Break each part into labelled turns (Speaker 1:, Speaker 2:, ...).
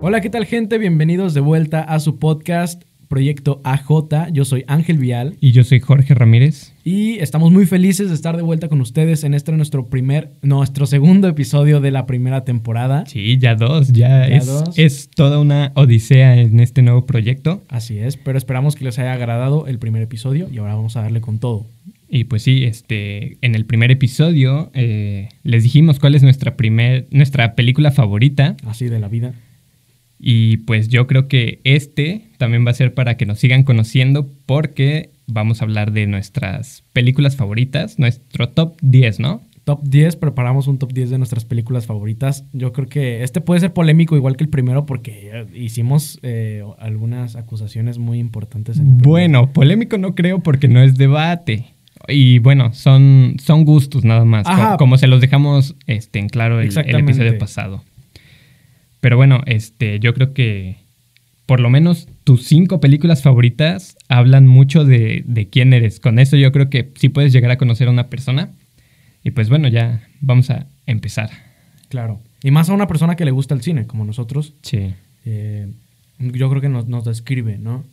Speaker 1: Hola, ¿qué tal gente? Bienvenidos de vuelta a su podcast Proyecto AJ. Yo soy Ángel Vial
Speaker 2: Y yo soy Jorge Ramírez.
Speaker 1: y estamos muy felices de estar de vuelta con ustedes en este nuestro primer, nuestro segundo episodio de la primera temporada.
Speaker 2: Sí, ya dos,
Speaker 1: Ya
Speaker 2: ya, es,
Speaker 1: dos.
Speaker 2: es toda una odisea en este nuevo proyecto.
Speaker 1: Así es, pero esperamos que les haya agradado el primer episodio y ahora vamos a darle con todo.
Speaker 2: Y pues sí, este, en el primer episodio eh, les dijimos cuál es nuestra, primer, nuestra película favorita.
Speaker 1: Así de la vida.
Speaker 2: Y pues yo creo que este también va a ser para que nos sigan conociendo porque vamos a hablar de nuestras películas favoritas, nuestro top 10, ¿no?
Speaker 1: Top 10, preparamos un top 10 de nuestras películas favoritas. Yo creo que este puede ser polémico igual que el primero porque eh, hicimos eh, algunas acusaciones muy importantes. En el primero.
Speaker 2: Bueno, polémico no creo porque no es debate. Y bueno, son, son gustos nada más, co-
Speaker 1: Ajá.
Speaker 2: como, se los dejamos este, en claro el- el,
Speaker 1: Exactamente.
Speaker 2: episodio pasado. Pero bueno, este, yo creo que por lo menos tus cinco películas favoritas hablan mucho de, de quién eres. Con eso yo creo que sí puedes llegar a conocer a una persona. Y pues bueno, ya vamos a empezar.
Speaker 1: Claro. Y más a una persona que le gusta el cine, como nosotros,
Speaker 2: Sí.
Speaker 1: eh, yo creo que nos, nos describe, ¿no?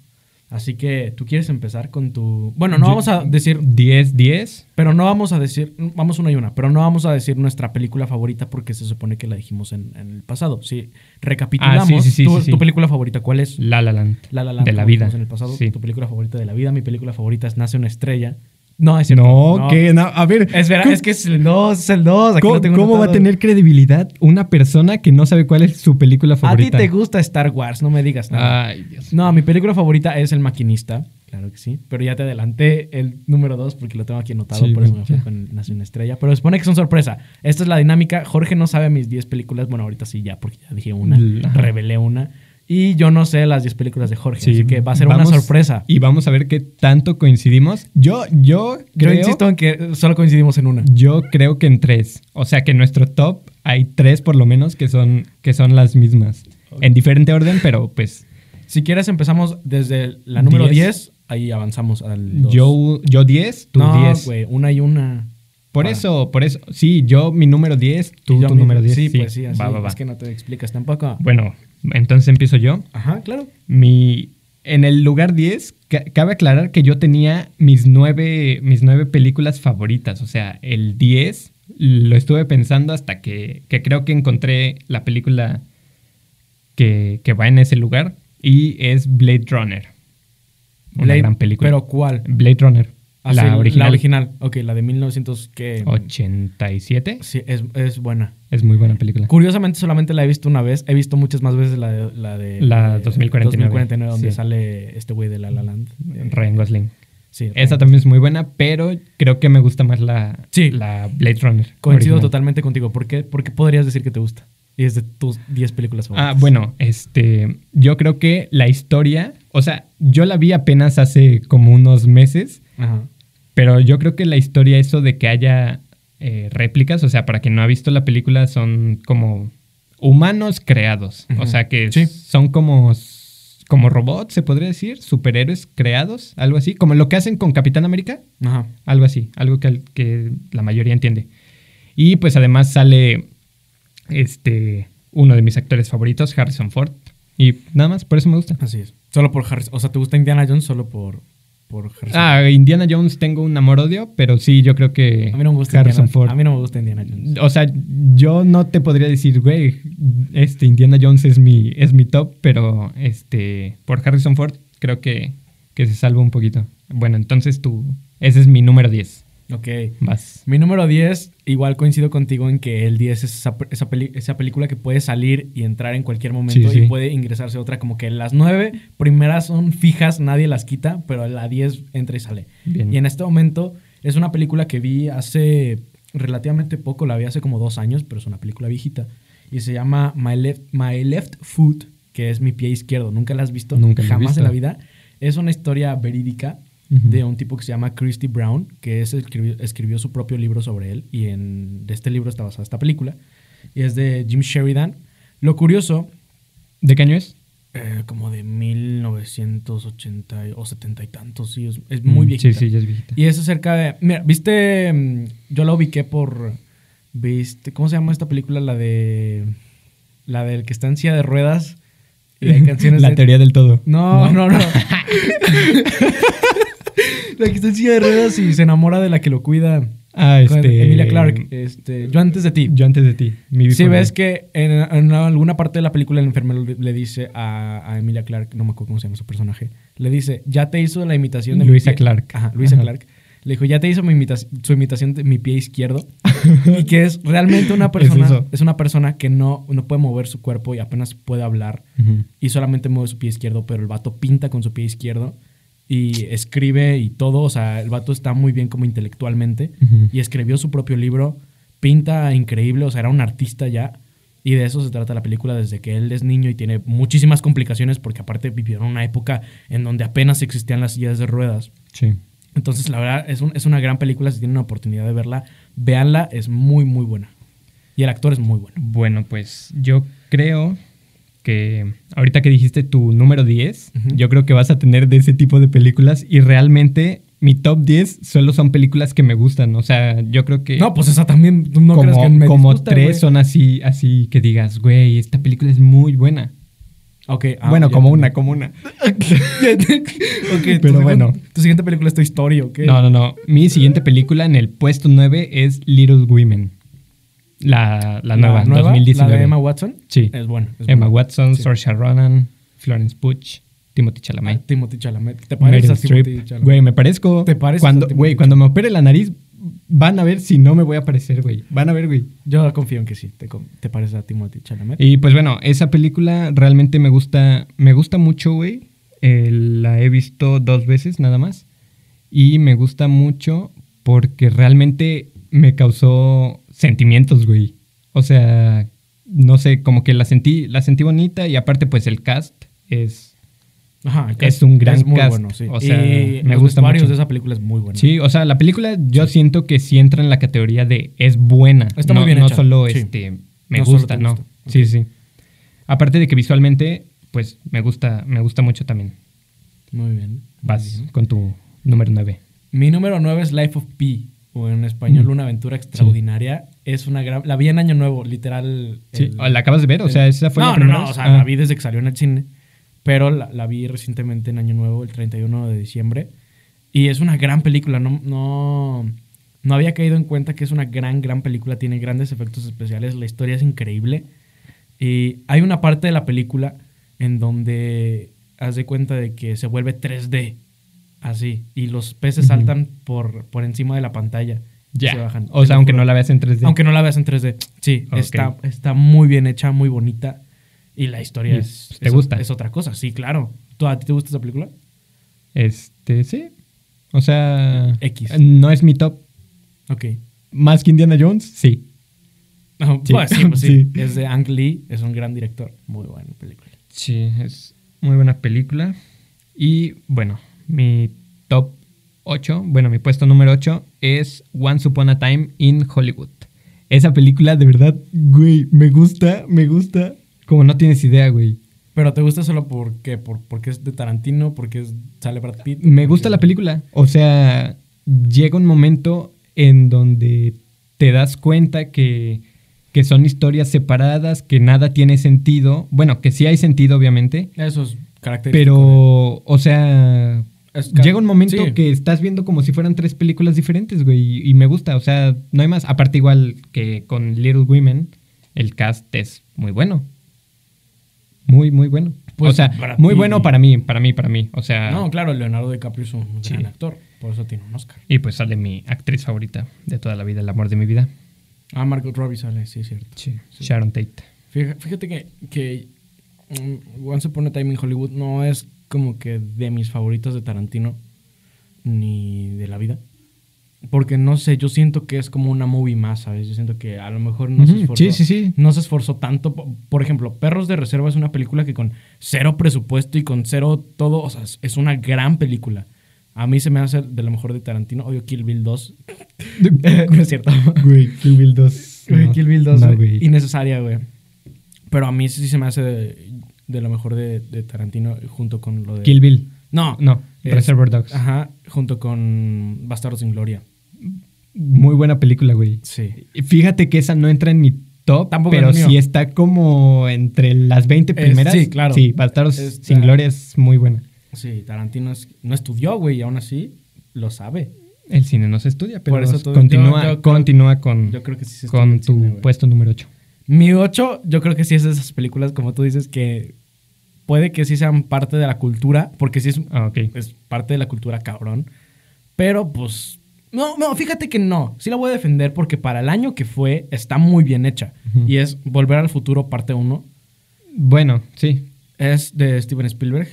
Speaker 1: Así que tú quieres empezar con tu... Bueno, no vamos a decir...
Speaker 2: 10, 10.
Speaker 1: Pero no vamos a decir... Vamos una y una. Pero no vamos a decir nuestra película favorita porque se supone que la dijimos en, en el pasado. Sí. Recapitulamos.
Speaker 2: Ah, sí, sí,
Speaker 1: tu,
Speaker 2: sí, sí.
Speaker 1: tu película favorita, ¿cuál es?
Speaker 2: La La Land.
Speaker 1: La La Land,
Speaker 2: De la
Speaker 1: como
Speaker 2: vida.
Speaker 1: dijimos En el pasado.
Speaker 2: Sí.
Speaker 1: Tu película favorita de la vida. Mi película favorita es Nace una estrella. No, es cierto.
Speaker 2: No, que no, a ver.
Speaker 1: Es verdad,
Speaker 2: ¿cómo-
Speaker 1: es que es el 2, es el 2.
Speaker 2: ¿Cómo, cómo va a tener credibilidad una persona que no sabe cuál es su película
Speaker 1: A ti
Speaker 2: favorita?
Speaker 1: te gusta Star Wars, no me digas nada.
Speaker 2: Ay, Dios.
Speaker 1: No, mi película favorita es El Maquinista, claro que sí. Pero ya te adelanté el número 2 porque lo tengo aquí anotado,
Speaker 2: Sí,
Speaker 1: por eso
Speaker 2: bueno,
Speaker 1: me fui
Speaker 2: ya.
Speaker 1: con Nace una estrella. Pero se supone que son sorpresa. Esta es la dinámica. Jorge no sabe mis 10 películas. Bueno, ahorita sí ya, porque ya dije una,
Speaker 2: L- ajá.
Speaker 1: revelé una. Y yo no sé las 10 películas de Jorge,
Speaker 2: Sí,
Speaker 1: así que va a ser
Speaker 2: vamos-
Speaker 1: una sorpresa.
Speaker 2: Y vamos a ver qué tanto coincidimos. Yo, yo
Speaker 1: Yo
Speaker 2: creo,
Speaker 1: insisto en que solo coincidimos en una.
Speaker 2: yo creo que en tres. O sea que en nuestro top hay tres por lo menos que son, que son las mismas. En diferente orden, pero pues
Speaker 1: Si quieres empezamos desde la número 10,
Speaker 2: Diez.
Speaker 1: ahí avanzamos al 2.
Speaker 2: yo, yo 10, tú
Speaker 1: no,
Speaker 2: 10.
Speaker 1: güey, una y una.
Speaker 2: por
Speaker 1: para.
Speaker 2: eso, por eso. Sí, yo mi número 10, tú
Speaker 1: Y yo
Speaker 2: tu
Speaker 1: mi-
Speaker 2: número 10.
Speaker 1: Sí, pues sí, así.
Speaker 2: Va, va, va.
Speaker 1: Es que no te explicas tampoco.
Speaker 2: Bueno, entonces empiezo yo.
Speaker 1: Ajá, claro.
Speaker 2: Mi, en el lugar 10, ca- cabe aclarar que yo tenía mis nueve, mis nueve películas favoritas. O sea, el 10 lo estuve pensando hasta que, que creo que encontré la película que, que va en ese lugar. Y es Blade Runner. Una
Speaker 1: Blade,
Speaker 2: gran película.
Speaker 1: ¿Pero cuál?
Speaker 2: Blade Runner.
Speaker 1: Ah, sí,
Speaker 2: la, original,
Speaker 1: La original. Ok, la de 1900 que...
Speaker 2: 87.
Speaker 1: Sí, es, es buena.
Speaker 2: Es muy buena película.
Speaker 1: Curiosamente solamente la he visto una vez. He visto muchas más veces la de... La, de,
Speaker 2: La
Speaker 1: de
Speaker 2: 2049,
Speaker 1: 2049, donde
Speaker 2: sí.
Speaker 1: sale este güey de La La Land. Eh,
Speaker 2: Ryan Gosling.
Speaker 1: sí,
Speaker 2: Esa también es muy buena, pero creo que me gusta más la,
Speaker 1: Sí.
Speaker 2: la Blade Runner.
Speaker 1: Coincido
Speaker 2: original.
Speaker 1: totalmente contigo. ¿Por qué? Porque podrías decir que te gusta. Y es de tus 10 películas favoritas.
Speaker 2: Ah, bueno, este, yo creo que la historia, o sea, yo la vi apenas hace como unos meses,
Speaker 1: Ajá.
Speaker 2: pero yo creo que la historia, eso de que haya eh, réplicas, o sea, para quien no ha visto la película, son como humanos creados,
Speaker 1: Ujú.
Speaker 2: o sea, que
Speaker 1: Sí.
Speaker 2: son como, como robots, se podría decir, superhéroes creados, algo así, como lo que hacen con Capitán América,
Speaker 1: Ajá.
Speaker 2: algo así, algo que, que la mayoría entiende. Y pues además sale este uno de mis actores favoritos, Harrison Ford. Y nada más, por eso me gusta.
Speaker 1: Así es. Solo por Harrison. O sea, ¿te gusta Indiana Jones solo por, por Harrison?
Speaker 2: Ah, Indiana Jones tengo un amor-odio, pero sí, yo creo que
Speaker 1: a mí no me gusta
Speaker 2: Harrison
Speaker 1: Indiana
Speaker 2: Ford.
Speaker 1: A mí no me gusta Indiana Jones.
Speaker 2: O sea, yo no te podría decir, güey, este Indiana Jones es mi, es mi top, pero este por Harrison Ford creo que, que se salva un poquito. Bueno, entonces tú, ese es mi número 10.
Speaker 1: Ok.
Speaker 2: Vas.
Speaker 1: Mi número 10, igual coincido contigo en que el 10 es esa, esa peli- esa película que puede salir y entrar en cualquier momento
Speaker 2: Sí,
Speaker 1: y
Speaker 2: sí.
Speaker 1: puede ingresarse otra. Como que las 9 primeras son fijas, nadie las quita, pero la 10 entra y sale.
Speaker 2: Bien.
Speaker 1: Y en este momento es una película que vi hace relativamente poco, la vi hace como dos años, pero es una película viejita. Y se llama My Left, My Left Foot, que es mi pie izquierdo. ¿Nunca la has visto?
Speaker 2: Nunca la he
Speaker 1: Jamás
Speaker 2: visto.
Speaker 1: en la vida. Es una historia verídica
Speaker 2: Ujú.
Speaker 1: de un tipo que se llama Christy Brown, que es el que escribió, escribió su propio libro sobre él. Y en, de este libro está basada esta película. Y es de Jim Sheridan. Lo curioso,
Speaker 2: ¿De qué año es?
Speaker 1: eh, como de 1980 o 70 y tantos, sí, es, es muy
Speaker 2: Mm,
Speaker 1: viejita.
Speaker 2: Sí, sí, ya es viejita.
Speaker 1: Y es acerca de. Mira, viste. mm, Yo la ubiqué por. ¿Viste? ¿Cómo se llama esta película? La de. La del que está en silla de ruedas. Y hay canciones
Speaker 2: La
Speaker 1: de-
Speaker 2: teoría del todo.
Speaker 1: No, no, no. la que está en silla de ruedas y se enamora de la que lo cuida.
Speaker 2: Ah,
Speaker 1: Con
Speaker 2: este...
Speaker 1: Emilia Clark. Este, yo antes de ti.
Speaker 2: Yo antes de ti. Mi
Speaker 1: Si
Speaker 2: bipolar.
Speaker 1: ves que en, en alguna parte de la película el enfermero le le dice a, a Emilia Clark, no me acuerdo cómo se llama su personaje, le dice, ya te hizo la imitación de mi
Speaker 2: Luisa
Speaker 1: pie-"
Speaker 2: Clark.
Speaker 1: Ajá, Luisa
Speaker 2: Ajá.
Speaker 1: Clark. Le dijo, ya te hizo mi imita- su imitación de mi pie izquierdo. y que es realmente una
Speaker 2: Es
Speaker 1: persona, es,
Speaker 2: eso.
Speaker 1: una persona que no, no puede mover su cuerpo y apenas puede hablar.
Speaker 2: Ujú.
Speaker 1: Y solamente mueve su pie izquierdo, pero el vato pinta con su pie izquierdo y escribe y todo. O sea, el vato está muy bien como intelectualmente
Speaker 2: Ujú.
Speaker 1: y escribió su propio libro. Pinta increíble, o sea, era un artista ya. Y de eso se trata la película desde que él es niño y tiene muchísimas complicaciones porque aparte vivieron una época en donde apenas existían las sillas de ruedas.
Speaker 2: Sí.
Speaker 1: Entonces, la verdad, es, un- es una gran película. Si tienen una oportunidad de verla, véanla. Es muy, muy buena. Y el actor es muy bueno.
Speaker 2: Bueno, pues yo creo que ahorita que dijiste tu número 10,
Speaker 1: Ujú.
Speaker 2: yo creo que vas a tener de ese tipo de películas y realmente mi top 10 solo son películas que me gustan, o sea, yo creo que
Speaker 1: No, pues esa también, no
Speaker 2: como,
Speaker 1: creas que me
Speaker 2: como
Speaker 1: disgusta,
Speaker 2: tres
Speaker 1: güey.
Speaker 2: son así, así que digas, güey, esta película es muy buena.
Speaker 1: Ok, ah,
Speaker 2: bueno,
Speaker 1: ya
Speaker 2: como
Speaker 1: entendí.
Speaker 2: una, como una.
Speaker 1: ok, tu
Speaker 2: Pero
Speaker 1: siguiente-
Speaker 2: bueno.
Speaker 1: Tu siguiente película es Toy Story, ¿ok?
Speaker 2: No, no, no. Mi siguiente película en el puesto 9 es Little Women. La, la nueva, 2019.
Speaker 1: La de Emma Watson.
Speaker 2: Sí.
Speaker 1: Es buena. es
Speaker 2: Emma
Speaker 1: buena.
Speaker 2: Watson,
Speaker 1: Sí.
Speaker 2: Saoirse Ronan, Florence Pugh, Timothy Chalamet.
Speaker 1: Timothy Chalamet. ¿Te
Speaker 2: Meryl
Speaker 1: pareces a
Speaker 2: Streep.
Speaker 1: Timothy Chalamet?
Speaker 2: Güey, me parezco.
Speaker 1: ¿Te pareces
Speaker 2: Cuando,
Speaker 1: a Timothy
Speaker 2: güey, cuando me opere la nariz, van a ver si no me voy a parecer, güey. Van a ver, güey.
Speaker 1: Yo confío en que sí. Te, con- te pareces a Timothy Chalamet.
Speaker 2: Y pues bueno, esa película realmente me gusta, me gusta mucho, güey. Eh, la he visto dos veces nada más. Y me gusta mucho porque realmente me causó sentimientos, güey. O sea, no sé, como que la sentí, la sentí bonita y aparte pues el cast es
Speaker 1: Ajá, el
Speaker 2: es
Speaker 1: cast
Speaker 2: un gran cast, o
Speaker 1: O
Speaker 2: sea,
Speaker 1: sea,
Speaker 2: me
Speaker 1: los
Speaker 2: gusta
Speaker 1: vestuarios
Speaker 2: mucho.
Speaker 1: de esa película es muy bueno.
Speaker 2: Sí, o sea, la película yo siento que sí entra en la categoría de es buena.
Speaker 1: Está
Speaker 2: no,
Speaker 1: muy bien
Speaker 2: No
Speaker 1: hecha,
Speaker 2: solo
Speaker 1: sí.
Speaker 2: este, me
Speaker 1: No solo
Speaker 2: gusta,
Speaker 1: te
Speaker 2: ¿no?
Speaker 1: gusta, ok.
Speaker 2: Sí, sí. Aparte de que visualmente, pues me gusta, me gusta mucho también.
Speaker 1: Muy bien.
Speaker 2: Vas con tu número 9.
Speaker 1: Mi número 9 es Life of Pi. O en español,
Speaker 2: Mm.
Speaker 1: Una aventura extraordinaria. Es una gran... La vi en Año Nuevo, literal.
Speaker 2: Sí,
Speaker 1: el-
Speaker 2: ¿La acabas de ver? O sea, esa fue
Speaker 1: no,
Speaker 2: la primera
Speaker 1: No, no,
Speaker 2: vez?
Speaker 1: o sea,
Speaker 2: Ah,
Speaker 1: la vi desde que salió en el cine, pero la, la vi recientemente en Año Nuevo, el 31 de diciembre, y es una gran película, no, no, no había caído en cuenta que es una gran, gran película, tiene grandes efectos especiales, la historia es increíble, y hay una parte de la película en donde haz de cuenta de que se vuelve 3D, así, y los peces
Speaker 2: Ujú.
Speaker 1: saltan por, por encima de la pantalla. y
Speaker 2: Ya.
Speaker 1: se bajan.
Speaker 2: O
Speaker 1: Te
Speaker 2: sea,
Speaker 1: lo
Speaker 2: aunque
Speaker 1: juro.
Speaker 2: no la veas en 3D.
Speaker 1: Aunque no la veas en 3D. Sí,
Speaker 2: Ok.
Speaker 1: está, está muy bien hecha, muy bonita. Y la historia
Speaker 2: Y,
Speaker 1: es,
Speaker 2: pues, ¿te
Speaker 1: es-
Speaker 2: gusta?
Speaker 1: es otra cosa. Sí, claro. ¿Tú, ¿A ti te gusta esa película?
Speaker 2: Este, sí. O sea.
Speaker 1: X.
Speaker 2: No es mi top.
Speaker 1: Ok.
Speaker 2: Más que Indiana Jones, sí.
Speaker 1: No,
Speaker 2: Sí.
Speaker 1: Pues sí, pues sí.
Speaker 2: Sí.
Speaker 1: Es de Ang Lee, es un gran director. Muy buena película.
Speaker 2: Sí, es muy buena película. Y bueno, mi top 8, bueno, mi puesto número 8 es Once Upon a Time in Hollywood. Esa película, de verdad, güey, me gusta, me gusta. Como no tienes idea, güey.
Speaker 1: Pero te gusta solo porque, por, porque es de Tarantino, porque es- sale Brad Pitt.
Speaker 2: Me
Speaker 1: porque-
Speaker 2: gusta la película. O sea, llega un momento en donde te das cuenta que, que son historias separadas, que nada tiene sentido. Bueno, que sí hay sentido, obviamente.
Speaker 1: Eso es característico.
Speaker 2: Pero, o sea,
Speaker 1: ¿eh? Es ca-
Speaker 2: llega un momento
Speaker 1: sí.
Speaker 2: que estás viendo como si fueran tres películas diferentes, güey, y, y me gusta, o sea, no hay más. Aparte igual que con Little Women, el cast es muy bueno. Muy, muy bueno.
Speaker 1: Pues,
Speaker 2: o sea,
Speaker 1: para
Speaker 2: muy
Speaker 1: ti-
Speaker 2: bueno para mí, para mí, para mí. O sea,
Speaker 1: No, claro, Leonardo DiCaprio es un
Speaker 2: Sí.
Speaker 1: gran actor. Por eso tiene un Oscar.
Speaker 2: y pues sale mi actriz favorita de toda la vida, el amor de mi vida.
Speaker 1: Ah, Margot Robbie sale, sí, es cierto.
Speaker 2: Sharon Tate.
Speaker 1: Fija- Fíjate que, que mm, Once Upon a Time in Hollywood no es como que de mis favoritas de Tarantino ni de la vida. Porque no sé, yo siento que es como una movie más, ¿sabes? Yo siento que a lo mejor no se
Speaker 2: Ujú,
Speaker 1: esforzó.
Speaker 2: sí, sí, sí.
Speaker 1: No se esforzó tanto. Po- Por ejemplo, Perros de Reserva es una película que con cero presupuesto y con cero todo, o sea, es- es una gran película. A mí se me hace de lo mejor de Tarantino. Obvio, Kill Bill 2. no es cierto.
Speaker 2: Güey, Kill Bill 2.
Speaker 1: Güey,
Speaker 2: no,
Speaker 1: Kill Bill 2,
Speaker 2: no,
Speaker 1: güey,
Speaker 2: güey.
Speaker 1: innecesaria, güey. Pero a mí sí se me hace de, de lo mejor de, de Tarantino junto con lo de...
Speaker 2: Kill Bill.
Speaker 1: No.
Speaker 2: No,
Speaker 1: Es-
Speaker 2: Reservoir Dogs.
Speaker 1: Ajá, junto con Bastardos sin Gloria.
Speaker 2: Muy buena película, güey.
Speaker 1: Sí.
Speaker 2: Fíjate que esa no entra en mi top,
Speaker 1: Tampoco
Speaker 2: pero
Speaker 1: es mío.
Speaker 2: sí está como entre las 20
Speaker 1: Es-
Speaker 2: primeras.
Speaker 1: sí, claro.
Speaker 2: Sí, Bastardos
Speaker 1: Está-
Speaker 2: sin Gloria es muy buena.
Speaker 1: Sí, Tarantino es- no estudió, güey, y aún así lo sabe.
Speaker 2: El cine no se estudia, pero
Speaker 1: Por eso todo-
Speaker 2: continúa,
Speaker 1: yo- yo-
Speaker 2: continúa con,
Speaker 1: Yo creo que sí se estudia
Speaker 2: Mm. con
Speaker 1: el
Speaker 2: tu
Speaker 1: cine, güey.
Speaker 2: puesto número 8.
Speaker 1: Mi 8, yo creo que sí es de esas películas, como tú dices, que puede que sí sean parte de la cultura, porque sí es,
Speaker 2: Ah, ok.
Speaker 1: es parte de la cultura cabrón. Pero pues. No, no, fíjate que no. Sí la voy a defender porque para el año que fue está muy bien hecha.
Speaker 2: Ujú.
Speaker 1: Y es Volver al Futuro, parte 1.
Speaker 2: Bueno, sí.
Speaker 1: Es de Steven Spielberg.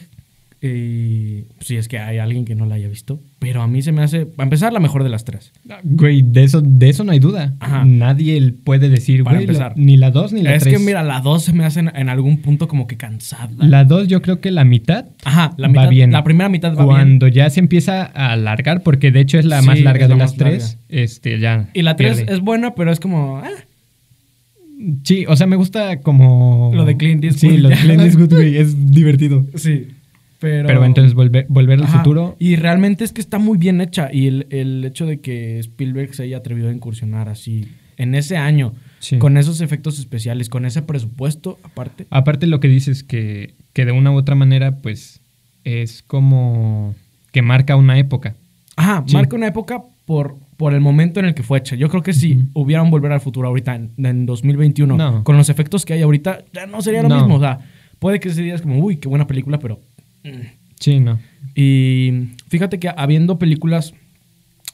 Speaker 1: Y si es que hay alguien que no la haya visto. Pero a mí se me hace, para empezar, la mejor de las tres.
Speaker 2: Güey, de eso, de eso no hay duda.
Speaker 1: Ajá.
Speaker 2: Nadie el- puede decir,
Speaker 1: Para
Speaker 2: güey, la-
Speaker 1: empezar.
Speaker 2: ni la 2 ni la 3.
Speaker 1: es que mira, la dos se me hace en, en algún punto como que cansada.
Speaker 2: la 2 yo creo que la mitad
Speaker 1: Ajá, la,
Speaker 2: va
Speaker 1: mitad,
Speaker 2: bien.
Speaker 1: la primera mitad va bien.
Speaker 2: Cuando ya se empieza a alargar, porque de hecho es la
Speaker 1: Sí,
Speaker 2: más larga
Speaker 1: es la
Speaker 2: de las
Speaker 1: más
Speaker 2: tres, este, ya.
Speaker 1: Y la 3
Speaker 2: pierde.
Speaker 1: es buena, pero es como. ah,
Speaker 2: Sí, o sea, me gusta como.
Speaker 1: Lo de Clint Eastwood,
Speaker 2: Sí, lo de
Speaker 1: ya.
Speaker 2: Clint Eastwood, güey, es divertido.
Speaker 1: sí. Pero,
Speaker 2: Pero, entonces volver, volver al
Speaker 1: Ajá,
Speaker 2: futuro.
Speaker 1: Y realmente es que está muy bien hecha. Y el, el hecho de que Spielberg se haya atrevido a incursionar así en ese año,
Speaker 2: Sí.
Speaker 1: con esos efectos especiales, con ese presupuesto aparte.
Speaker 2: Aparte, lo que dices que, que de una u otra manera, pues es como que marca una época.
Speaker 1: Ajá,
Speaker 2: Sí.
Speaker 1: marca una época por, por el momento en el que fue hecha. Yo creo que si
Speaker 2: Ujú.
Speaker 1: hubieran volver al futuro ahorita, en, en 2021,
Speaker 2: No.
Speaker 1: con los efectos que hay ahorita, ya no sería lo
Speaker 2: No.
Speaker 1: mismo. O sea, puede que se digas como, uy, qué buena película, pero
Speaker 2: Sí, no.
Speaker 1: Y fíjate que habiendo películas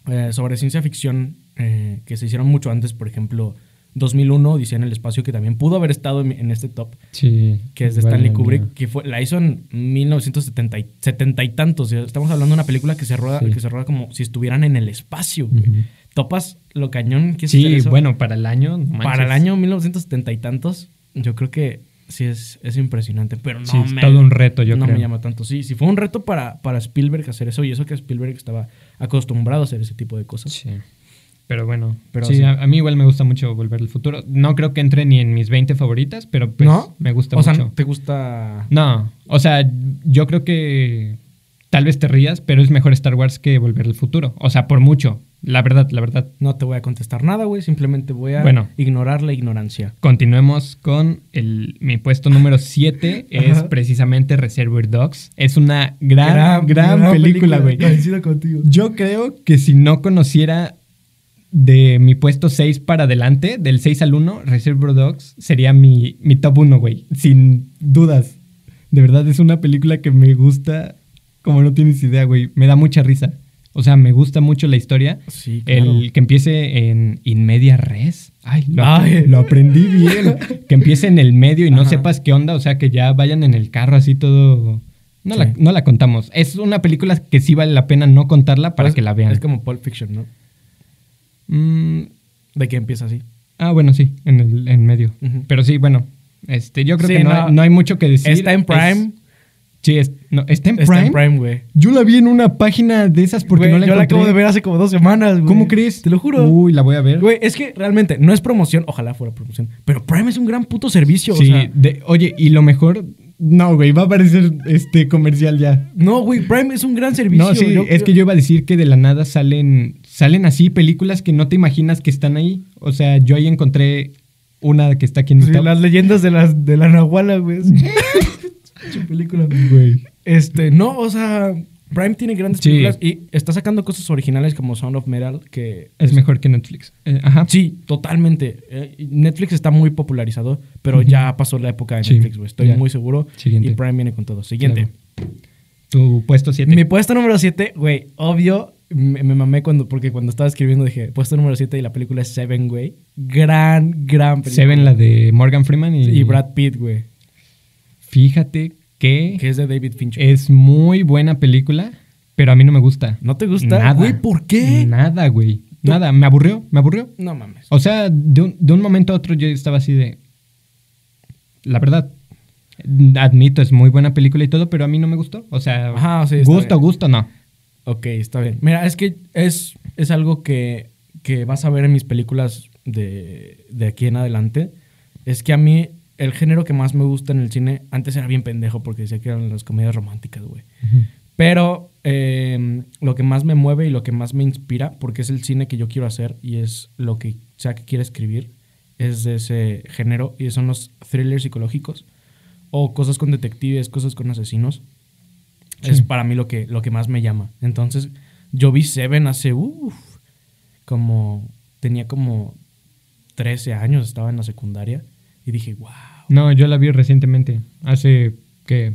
Speaker 1: eh, sobre ciencia ficción eh, que se hicieron mucho antes, por ejemplo, 2001, Odisea en el Espacio, que también pudo haber estado en, en este top,
Speaker 2: Sí.
Speaker 1: que es de
Speaker 2: vale
Speaker 1: Stanley
Speaker 2: la
Speaker 1: Kubrick,
Speaker 2: pena.
Speaker 1: que fue, la hizo en 1970 y, 70 y tantos. Estamos hablando de una película que se rueda,
Speaker 2: Sí.
Speaker 1: que se rueda como si estuvieran en el espacio. güey.
Speaker 2: Ujú.
Speaker 1: Topas lo cañón que es hacer
Speaker 2: Sí,
Speaker 1: eso?
Speaker 2: bueno, para el año. no
Speaker 1: Para el
Speaker 2: manches.
Speaker 1: año 1970 y tantos, yo creo que sí es, es impresionante, pero no
Speaker 2: Sí, es
Speaker 1: me,
Speaker 2: todo un reto, yo
Speaker 1: no
Speaker 2: creo.
Speaker 1: me llama tanto. Sí, sí fue un reto para, para Spielberg hacer eso, y eso que Spielberg estaba acostumbrado a hacer ese tipo de cosas.
Speaker 2: Sí. Pero bueno,
Speaker 1: Pero
Speaker 2: sí,
Speaker 1: sí.
Speaker 2: A, a mí igual me gusta mucho Volver al Futuro. No creo que entre ni en mis 20 favoritas, pero pues
Speaker 1: ¿No?
Speaker 2: me gusta
Speaker 1: o sea,
Speaker 2: mucho.
Speaker 1: ¿te gusta...?
Speaker 2: No, o sea, yo creo que tal vez te rías, pero es mejor Star Wars que Volver al Futuro. O sea, por mucho. La verdad, la verdad.
Speaker 1: No te voy a contestar nada, güey, simplemente voy a
Speaker 2: Bueno.
Speaker 1: ignorar la ignorancia.
Speaker 2: Continuemos con el, mi puesto número 7, es
Speaker 1: Ajá.
Speaker 2: precisamente Reservoir Dogs. Es una gran, gran, película, güey.
Speaker 1: Coincido contigo.
Speaker 2: Yo creo que si no conociera de mi puesto 6 para adelante, del 6 al 1, Reservoir Dogs sería mi, mi top 1, güey. Sin dudas. De verdad es una película que me gusta como no tienes idea, güey. Me da mucha risa. O sea, me gusta mucho la historia.
Speaker 1: Sí, claro.
Speaker 2: El que empiece en in media res. Ay, lo,
Speaker 1: Ay.
Speaker 2: lo aprendí bien. que empiece en el medio y no
Speaker 1: Ajá.
Speaker 2: sepas qué onda. O sea, que ya vayan en el carro así todo. No,
Speaker 1: Sí.
Speaker 2: la, no la contamos. Es una película que sí vale la pena no contarla para
Speaker 1: Es-
Speaker 2: que la vean.
Speaker 1: Pues, Es como Pulp Fiction, ¿no?
Speaker 2: Mm,
Speaker 1: De que empieza así.
Speaker 2: ah, bueno, sí, en el en medio.
Speaker 1: Ujú.
Speaker 2: Pero sí, bueno. Este, yo creo
Speaker 1: Sí,
Speaker 2: que no,
Speaker 1: no.
Speaker 2: hay- no hay mucho que decir.
Speaker 1: está en
Speaker 2: Es-
Speaker 1: Prime.
Speaker 2: sí, es- no, ¿está, en Prime?
Speaker 1: Está en Prime, güey.
Speaker 2: Yo la vi en una página de esas porque
Speaker 1: Güey,
Speaker 2: no la
Speaker 1: yo la
Speaker 2: encontré.
Speaker 1: acabo de ver hace como dos semanas, güey.
Speaker 2: ¿Cómo crees?
Speaker 1: Te lo juro.
Speaker 2: Uy, la voy a ver.
Speaker 1: Güey, es que realmente no es promoción, ojalá fuera promoción, pero Prime es un gran puto servicio,
Speaker 2: Sí,
Speaker 1: o sea.
Speaker 2: de- oye, y lo mejor. No, güey, va a aparecer este comercial ya.
Speaker 1: No, güey, Prime es un gran servicio.
Speaker 2: No, sí, es que yo iba a decir que de la nada salen, salen así películas que no te imaginas que están ahí. O sea, yo ahí encontré una que está aquí en mi
Speaker 1: Sí,
Speaker 2: top.
Speaker 1: las leyendas de, las, de la Nahuala, güey. Su película.
Speaker 2: Güey.
Speaker 1: Este, no, o sea, Prime tiene grandes
Speaker 2: Sí.
Speaker 1: películas y está sacando cosas originales como Sound of Metal, que
Speaker 2: Es mejor que Netflix. Eh, ajá.
Speaker 1: Sí, totalmente. Eh, Netflix está muy popularizado, pero
Speaker 2: Ujú.
Speaker 1: ya pasó la época de
Speaker 2: Sí,
Speaker 1: Netflix, güey. Estoy
Speaker 2: ya.
Speaker 1: muy seguro.
Speaker 2: Siguiente.
Speaker 1: Y Prime viene con todo. Siguiente.
Speaker 2: Claro. Tu puesto 7.
Speaker 1: Mi puesto número 7, güey, obvio, me, me mamé cuando, porque cuando estaba escribiendo dije, puesto número 7 y la película es Seven, güey. Gran, gran película.
Speaker 2: Seven, la de Morgan Freeman y,
Speaker 1: Y Brad Pitt, güey,
Speaker 2: Fíjate que,
Speaker 1: que es de David Fincher.
Speaker 2: es muy buena película, pero a mí no me gusta.
Speaker 1: ¿No te gusta?
Speaker 2: Nada.
Speaker 1: Güey, ¿por qué?
Speaker 2: Nada, güey. Nada. Me aburrió, me aburrió.
Speaker 1: No mames.
Speaker 2: O sea, de un, de un momento a otro yo estaba así de... La verdad, admito, es muy buena película y todo, pero a mí no me gustó. O sea,
Speaker 1: Ajá, sí, está
Speaker 2: gusto,
Speaker 1: bien.
Speaker 2: gusto, no.
Speaker 1: Ok, está bien. Mira, es que es, es algo que, que vas a ver en mis películas de, de aquí en adelante. Es que a mí el género que más me gusta en el cine, antes era bien pendejo porque decía que eran las comedias románticas, güey. Pero eh, lo que más me mueve y lo que más me inspira, porque es el cine que yo quiero hacer y es lo que sea que quiera escribir, es de ese género y son los thrillers psicológicos o cosas con detectives, cosas con asesinos.
Speaker 2: Sí.
Speaker 1: Es para mí lo que, lo que más me llama. Entonces, yo vi Seven hace, uff, como, tenía como 13 años, estaba en la secundaria y dije, wow.
Speaker 2: No, yo la vi recientemente, hace, ¿qué?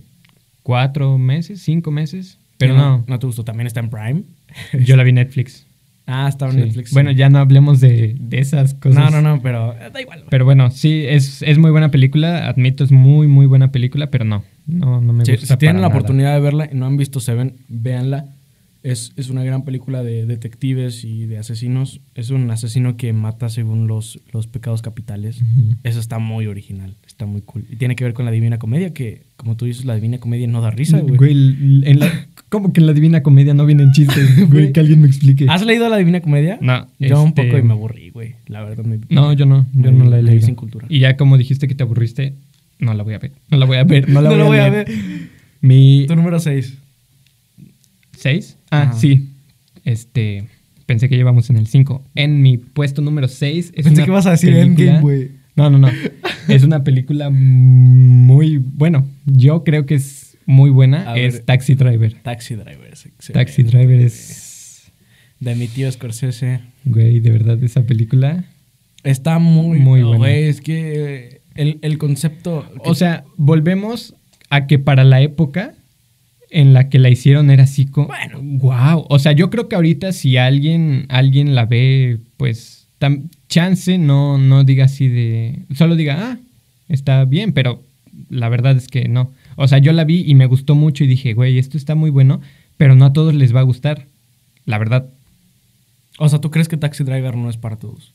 Speaker 2: ¿Cuatro meses? ¿Cinco meses? Pero no,
Speaker 1: No te gustó, también está en Prime.
Speaker 2: yo la vi en Netflix.
Speaker 1: Ah, estaba en
Speaker 2: Sí.
Speaker 1: Netflix.
Speaker 2: Bueno, ya no hablemos de, de esas cosas.
Speaker 1: No, no, no, pero eh, da igual.
Speaker 2: Pero bueno, sí, es, es muy buena película, admito, es muy, muy buena película, pero no, no, no me
Speaker 1: Si-
Speaker 2: gusta
Speaker 1: si tienen
Speaker 2: para
Speaker 1: la
Speaker 2: nada.
Speaker 1: oportunidad de verla y no han visto Seven, véanla. Es, es una gran película de detectives y de asesinos. Es un asesino que mata según los, los pecados capitales.
Speaker 2: Ujú.
Speaker 1: Eso está muy original, está muy cool. Y tiene que ver con la Divina Comedia, que como tú dices, la Divina Comedia no da risa, güey.
Speaker 2: Mm, Güey, l- en la- ¿cómo que en la Divina Comedia no vienen chistes? Güey,
Speaker 1: Güey. Ah,
Speaker 2: que alguien me explique.
Speaker 1: ¿Has leído la Divina Comedia?
Speaker 2: No,
Speaker 1: Yo un
Speaker 2: este-
Speaker 1: poco y me aburrí, güey. La verdad me...
Speaker 2: No, yo no, yo
Speaker 1: Me-
Speaker 2: no la he
Speaker 1: me vi
Speaker 2: leído.
Speaker 1: sin cultura.
Speaker 2: Y ya como dijiste que te aburriste, no la voy a ver, no la voy a ver, no la
Speaker 1: No
Speaker 2: voy,
Speaker 1: lo
Speaker 2: a, leer. Mi
Speaker 1: Tu número 6.
Speaker 2: ¿Seis? Ah,
Speaker 1: Ajá.
Speaker 2: sí. Este, pensé que llevamos en el 5. En mi puesto número 6 es
Speaker 1: Pensé
Speaker 2: una
Speaker 1: que ibas a decir
Speaker 2: película-
Speaker 1: Endgame, güey.
Speaker 2: No, no, no. es una película muy, bueno, yo creo que es muy buena.
Speaker 1: A
Speaker 2: es
Speaker 1: ver.
Speaker 2: Taxi Driver.
Speaker 1: Taxi Driver. es excelente.
Speaker 2: Taxi Driver es,
Speaker 1: De mi tío Scorsese.
Speaker 2: güey, de verdad, esa película.
Speaker 1: Está muy,
Speaker 2: Muy
Speaker 1: no,
Speaker 2: buena.
Speaker 1: güey, es que eh, el, el concepto.
Speaker 2: O sea, volvemos a que para la época en la que la hicieron era así como...
Speaker 1: Bueno.
Speaker 2: wow. O sea, yo creo que ahorita si alguien, alguien la ve, pues tam- chance no, no diga así de... Solo diga, ah, está bien, pero la verdad es que no. O sea, yo la vi y me gustó mucho y dije, güey, esto está muy bueno, pero no a todos les va a gustar. La verdad.
Speaker 1: o sea, ¿tú crees que Taxi Driver no es para todos?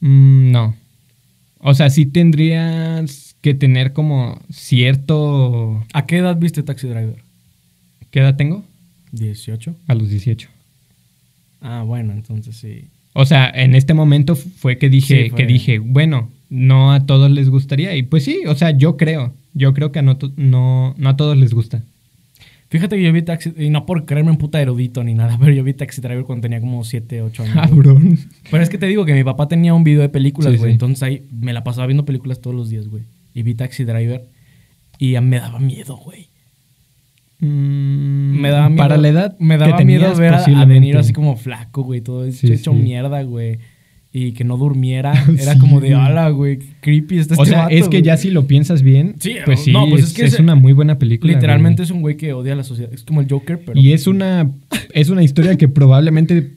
Speaker 2: Mm, no. O sea, sí tendrías que tener como cierto...
Speaker 1: ¿A qué edad viste Taxi Driver?
Speaker 2: ¿Qué edad tengo?
Speaker 1: ¿18?
Speaker 2: A los 18.
Speaker 1: Ah, bueno, entonces sí.
Speaker 2: O sea, en este momento fue que dije,
Speaker 1: Sí, fue.
Speaker 2: que dije, bueno, no a todos les gustaría. Y pues sí, o sea, yo creo. Yo creo que a no, to- no, no a todos les gusta.
Speaker 1: Fíjate que yo vi Taxi, y no por creerme un puta erudito ni nada, pero yo vi Taxi Driver cuando tenía como 7, 8 años. güey.
Speaker 2: Cabrón.
Speaker 1: pero es que te digo que mi papá tenía un video de películas,
Speaker 2: Sí,
Speaker 1: güey.
Speaker 2: sí.
Speaker 1: Entonces ahí me la pasaba viendo películas todos los días, güey. Y vi Taxi Driver y me daba miedo, güey.
Speaker 2: Mm,
Speaker 1: Me daba miedo.
Speaker 2: Para la edad.
Speaker 1: Me daba
Speaker 2: que
Speaker 1: miedo
Speaker 2: tenías,
Speaker 1: ver a, a De
Speaker 2: posiblemente.
Speaker 1: Niro así como flaco, güey. Todo
Speaker 2: Sí,
Speaker 1: hecho
Speaker 2: sí.
Speaker 1: mierda, güey. Y que no durmiera. Era
Speaker 2: Sí,
Speaker 1: como de,
Speaker 2: güey.
Speaker 1: ala, güey. qué Creepy está
Speaker 2: O
Speaker 1: este
Speaker 2: sea,
Speaker 1: vato,
Speaker 2: es que
Speaker 1: güey".
Speaker 2: ya si lo piensas bien,
Speaker 1: Sí,
Speaker 2: pues sí,
Speaker 1: no, pues
Speaker 2: es,
Speaker 1: es que
Speaker 2: es
Speaker 1: es-
Speaker 2: una muy buena película.
Speaker 1: Literalmente
Speaker 2: güey.
Speaker 1: es un güey que odia a la sociedad. Es como el Joker, pero...
Speaker 2: Y es una, es una historia que probablemente,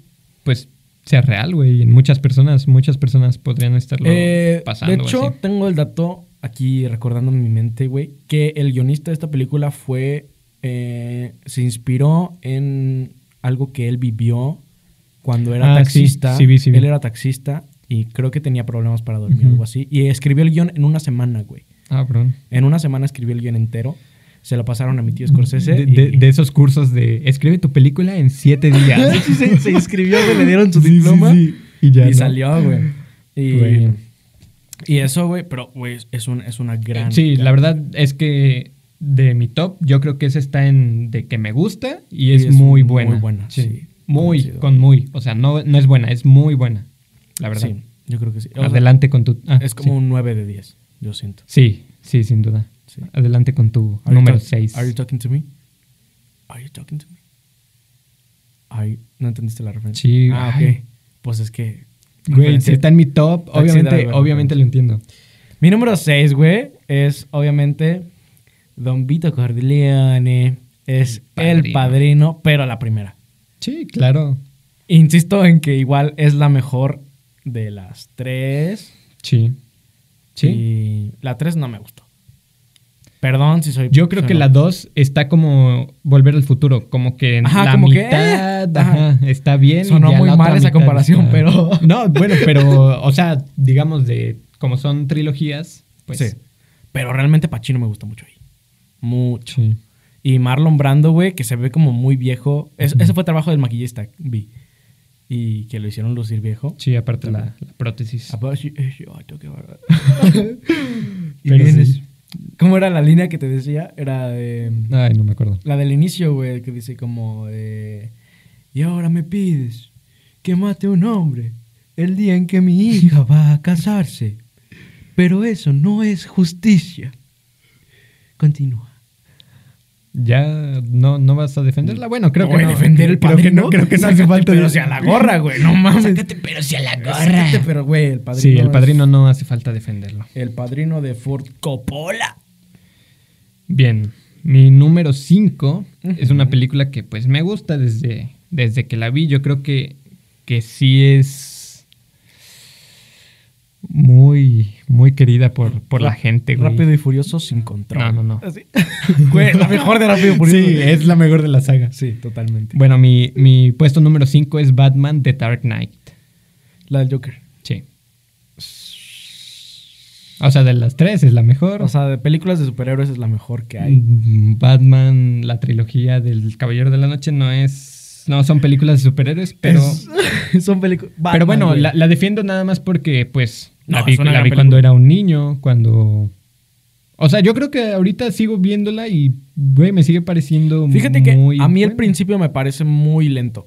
Speaker 2: pues, sea real, güey. En muchas personas, muchas personas podrían estarlo
Speaker 1: Eh,
Speaker 2: pasando.
Speaker 1: de
Speaker 2: o
Speaker 1: hecho,
Speaker 2: así.
Speaker 1: tengo el dato aquí recordando en mi mente, güey, que el guionista de esta película fue. eh, se inspiró en algo que él vivió cuando era
Speaker 2: Ah, sí,
Speaker 1: taxista.
Speaker 2: sí vi, sí vi.
Speaker 1: Él era taxista y creo que tenía problemas para dormir o
Speaker 2: Ujú.
Speaker 1: algo así. Y escribió el guión en una semana, güey.
Speaker 2: Ah, perdón.
Speaker 1: En una semana escribió el guión entero. Se lo pasaron a mi tío Scorsese.
Speaker 2: De,
Speaker 1: y-
Speaker 2: de- de esos cursos de escribe tu película en siete días.
Speaker 1: Sí, se, se inscribió, güey, le dieron su
Speaker 2: Sí, sí,
Speaker 1: diploma.
Speaker 2: sí. Y ya.
Speaker 1: y
Speaker 2: ¿no?
Speaker 1: salió, güey. Y,
Speaker 2: Güey.
Speaker 1: y eso, güey, pero, güey, es, un, es una gran.
Speaker 2: Sí, la
Speaker 1: gran-
Speaker 2: verdad es que de mi top, yo creo que ese está en de que me gusta y,
Speaker 1: Y
Speaker 2: es,
Speaker 1: es muy
Speaker 2: muy buena.
Speaker 1: buena,
Speaker 2: Sí.
Speaker 1: sí.
Speaker 2: Muy,
Speaker 1: Coincido.
Speaker 2: con muy. O sea, no, no es buena, es muy buena. La verdad.
Speaker 1: Sí, yo creo que sí. O sea,
Speaker 2: Adelante con tu. ah,
Speaker 1: es como un 9 de 10, yo siento.
Speaker 2: Sí. sí, sí, sin duda.
Speaker 1: Sí.
Speaker 2: Adelante con tu
Speaker 1: Are you
Speaker 2: número
Speaker 1: talk-
Speaker 2: 6.
Speaker 1: Are you talking to me? Are you talking to me? Ay, no entendiste la referencia.
Speaker 2: Sí,
Speaker 1: Ah,
Speaker 2: ay.
Speaker 1: ok. Pues es que.
Speaker 2: Güey, si
Speaker 1: referencia-
Speaker 2: está en mi top,
Speaker 1: Taxi
Speaker 2: obviamente,
Speaker 1: Driver,
Speaker 2: obviamente
Speaker 1: referencia.
Speaker 2: lo entiendo.
Speaker 1: Mi número 6, güey, es obviamente Don Vito Corleone. Es
Speaker 2: El
Speaker 1: el padrino, pero la primera.
Speaker 2: Sí, claro.
Speaker 1: Insisto en que igual es la mejor de las tres.
Speaker 2: Sí. Sí.
Speaker 1: Y la tres no me gustó. Perdón si soy.
Speaker 2: Yo creo
Speaker 1: soy
Speaker 2: que la
Speaker 1: loco.
Speaker 2: 2 está como volver al futuro, como que en
Speaker 1: Ajá,
Speaker 2: la
Speaker 1: como que,
Speaker 2: mitad,
Speaker 1: eh,
Speaker 2: ajá, está bien.
Speaker 1: Sonó
Speaker 2: y ya
Speaker 1: muy
Speaker 2: la otra
Speaker 1: mal esa
Speaker 2: mitad
Speaker 1: comparación,
Speaker 2: está-
Speaker 1: pero-
Speaker 2: No, bueno, pero, o sea, digamos de, como son trilogías, pues...
Speaker 1: Sí. Pero realmente Pacino me gusta mucho ahí. Mucho.
Speaker 2: Sí.
Speaker 1: Y Marlon Brando, güey, que se ve como muy viejo. Es- Ese fue trabajo del maquillista, vi. Y que lo hicieron lucir viejo.
Speaker 2: Sí, aparte la, la prótesis.
Speaker 1: Aparte, sí, eh, sí, ay, tengo que guardar. Y
Speaker 2: Pero
Speaker 1: vienes-
Speaker 2: sí.
Speaker 1: ¿Cómo era la línea que te decía? Era de.
Speaker 2: Ah, Ay, no me acuerdo.
Speaker 1: La del inicio, güey, que eh, dice como de... Y ahora me pides que mate a un hombre el día en que mi hija va a casarse. Pero eso no es justicia. Continúa.
Speaker 2: Ya no, no vas a defenderla. Bueno, creo
Speaker 1: Güey,
Speaker 2: que no.
Speaker 1: defender el
Speaker 2: creo que
Speaker 1: padrino.
Speaker 2: no, creo que no hace
Speaker 1: Sácate,
Speaker 2: falta.
Speaker 1: Pero si a la gorra, güey. No mames.
Speaker 3: Sácate, pero si a la gorra.
Speaker 1: Sácate, pero, güey, el padrino.
Speaker 2: Sí, el
Speaker 1: es-
Speaker 2: padrino no hace falta defenderlo.
Speaker 1: el padrino de Ford Coppola.
Speaker 2: Bien, mi número 5 es una película que pues me gusta desde, desde que la vi. Yo creo que, que sí es muy, muy querida por, por la gente, güey.
Speaker 1: Rápido y Furioso sin control.
Speaker 2: No, no, no.
Speaker 1: Así. Güey, la mejor de Rápido y Furioso.
Speaker 2: Sí, es la mejor de la saga.
Speaker 1: Sí, totalmente.
Speaker 2: Bueno, mi, mi puesto número 5 es Batman The Dark Knight.
Speaker 1: La del Joker.
Speaker 2: Sí. O sea, de las tres es la mejor.
Speaker 1: O sea, de películas de superhéroes es la mejor que hay.
Speaker 2: Mm, Batman, la trilogía del Caballero de la Noche no es... No, son películas de superhérores, pero...
Speaker 1: Es- son películas.
Speaker 2: pero bueno, la, la defiendo nada más porque, pues, la
Speaker 1: No,
Speaker 2: vi,
Speaker 1: es una
Speaker 2: la
Speaker 1: gran
Speaker 2: vi cuando
Speaker 1: película.
Speaker 2: era un niño, cuando... O sea, yo creo que ahorita sigo viéndola y, güey, me sigue pareciendo
Speaker 1: Fíjate que
Speaker 2: muy
Speaker 1: a mí el
Speaker 2: buena.
Speaker 1: principio me parece muy lento.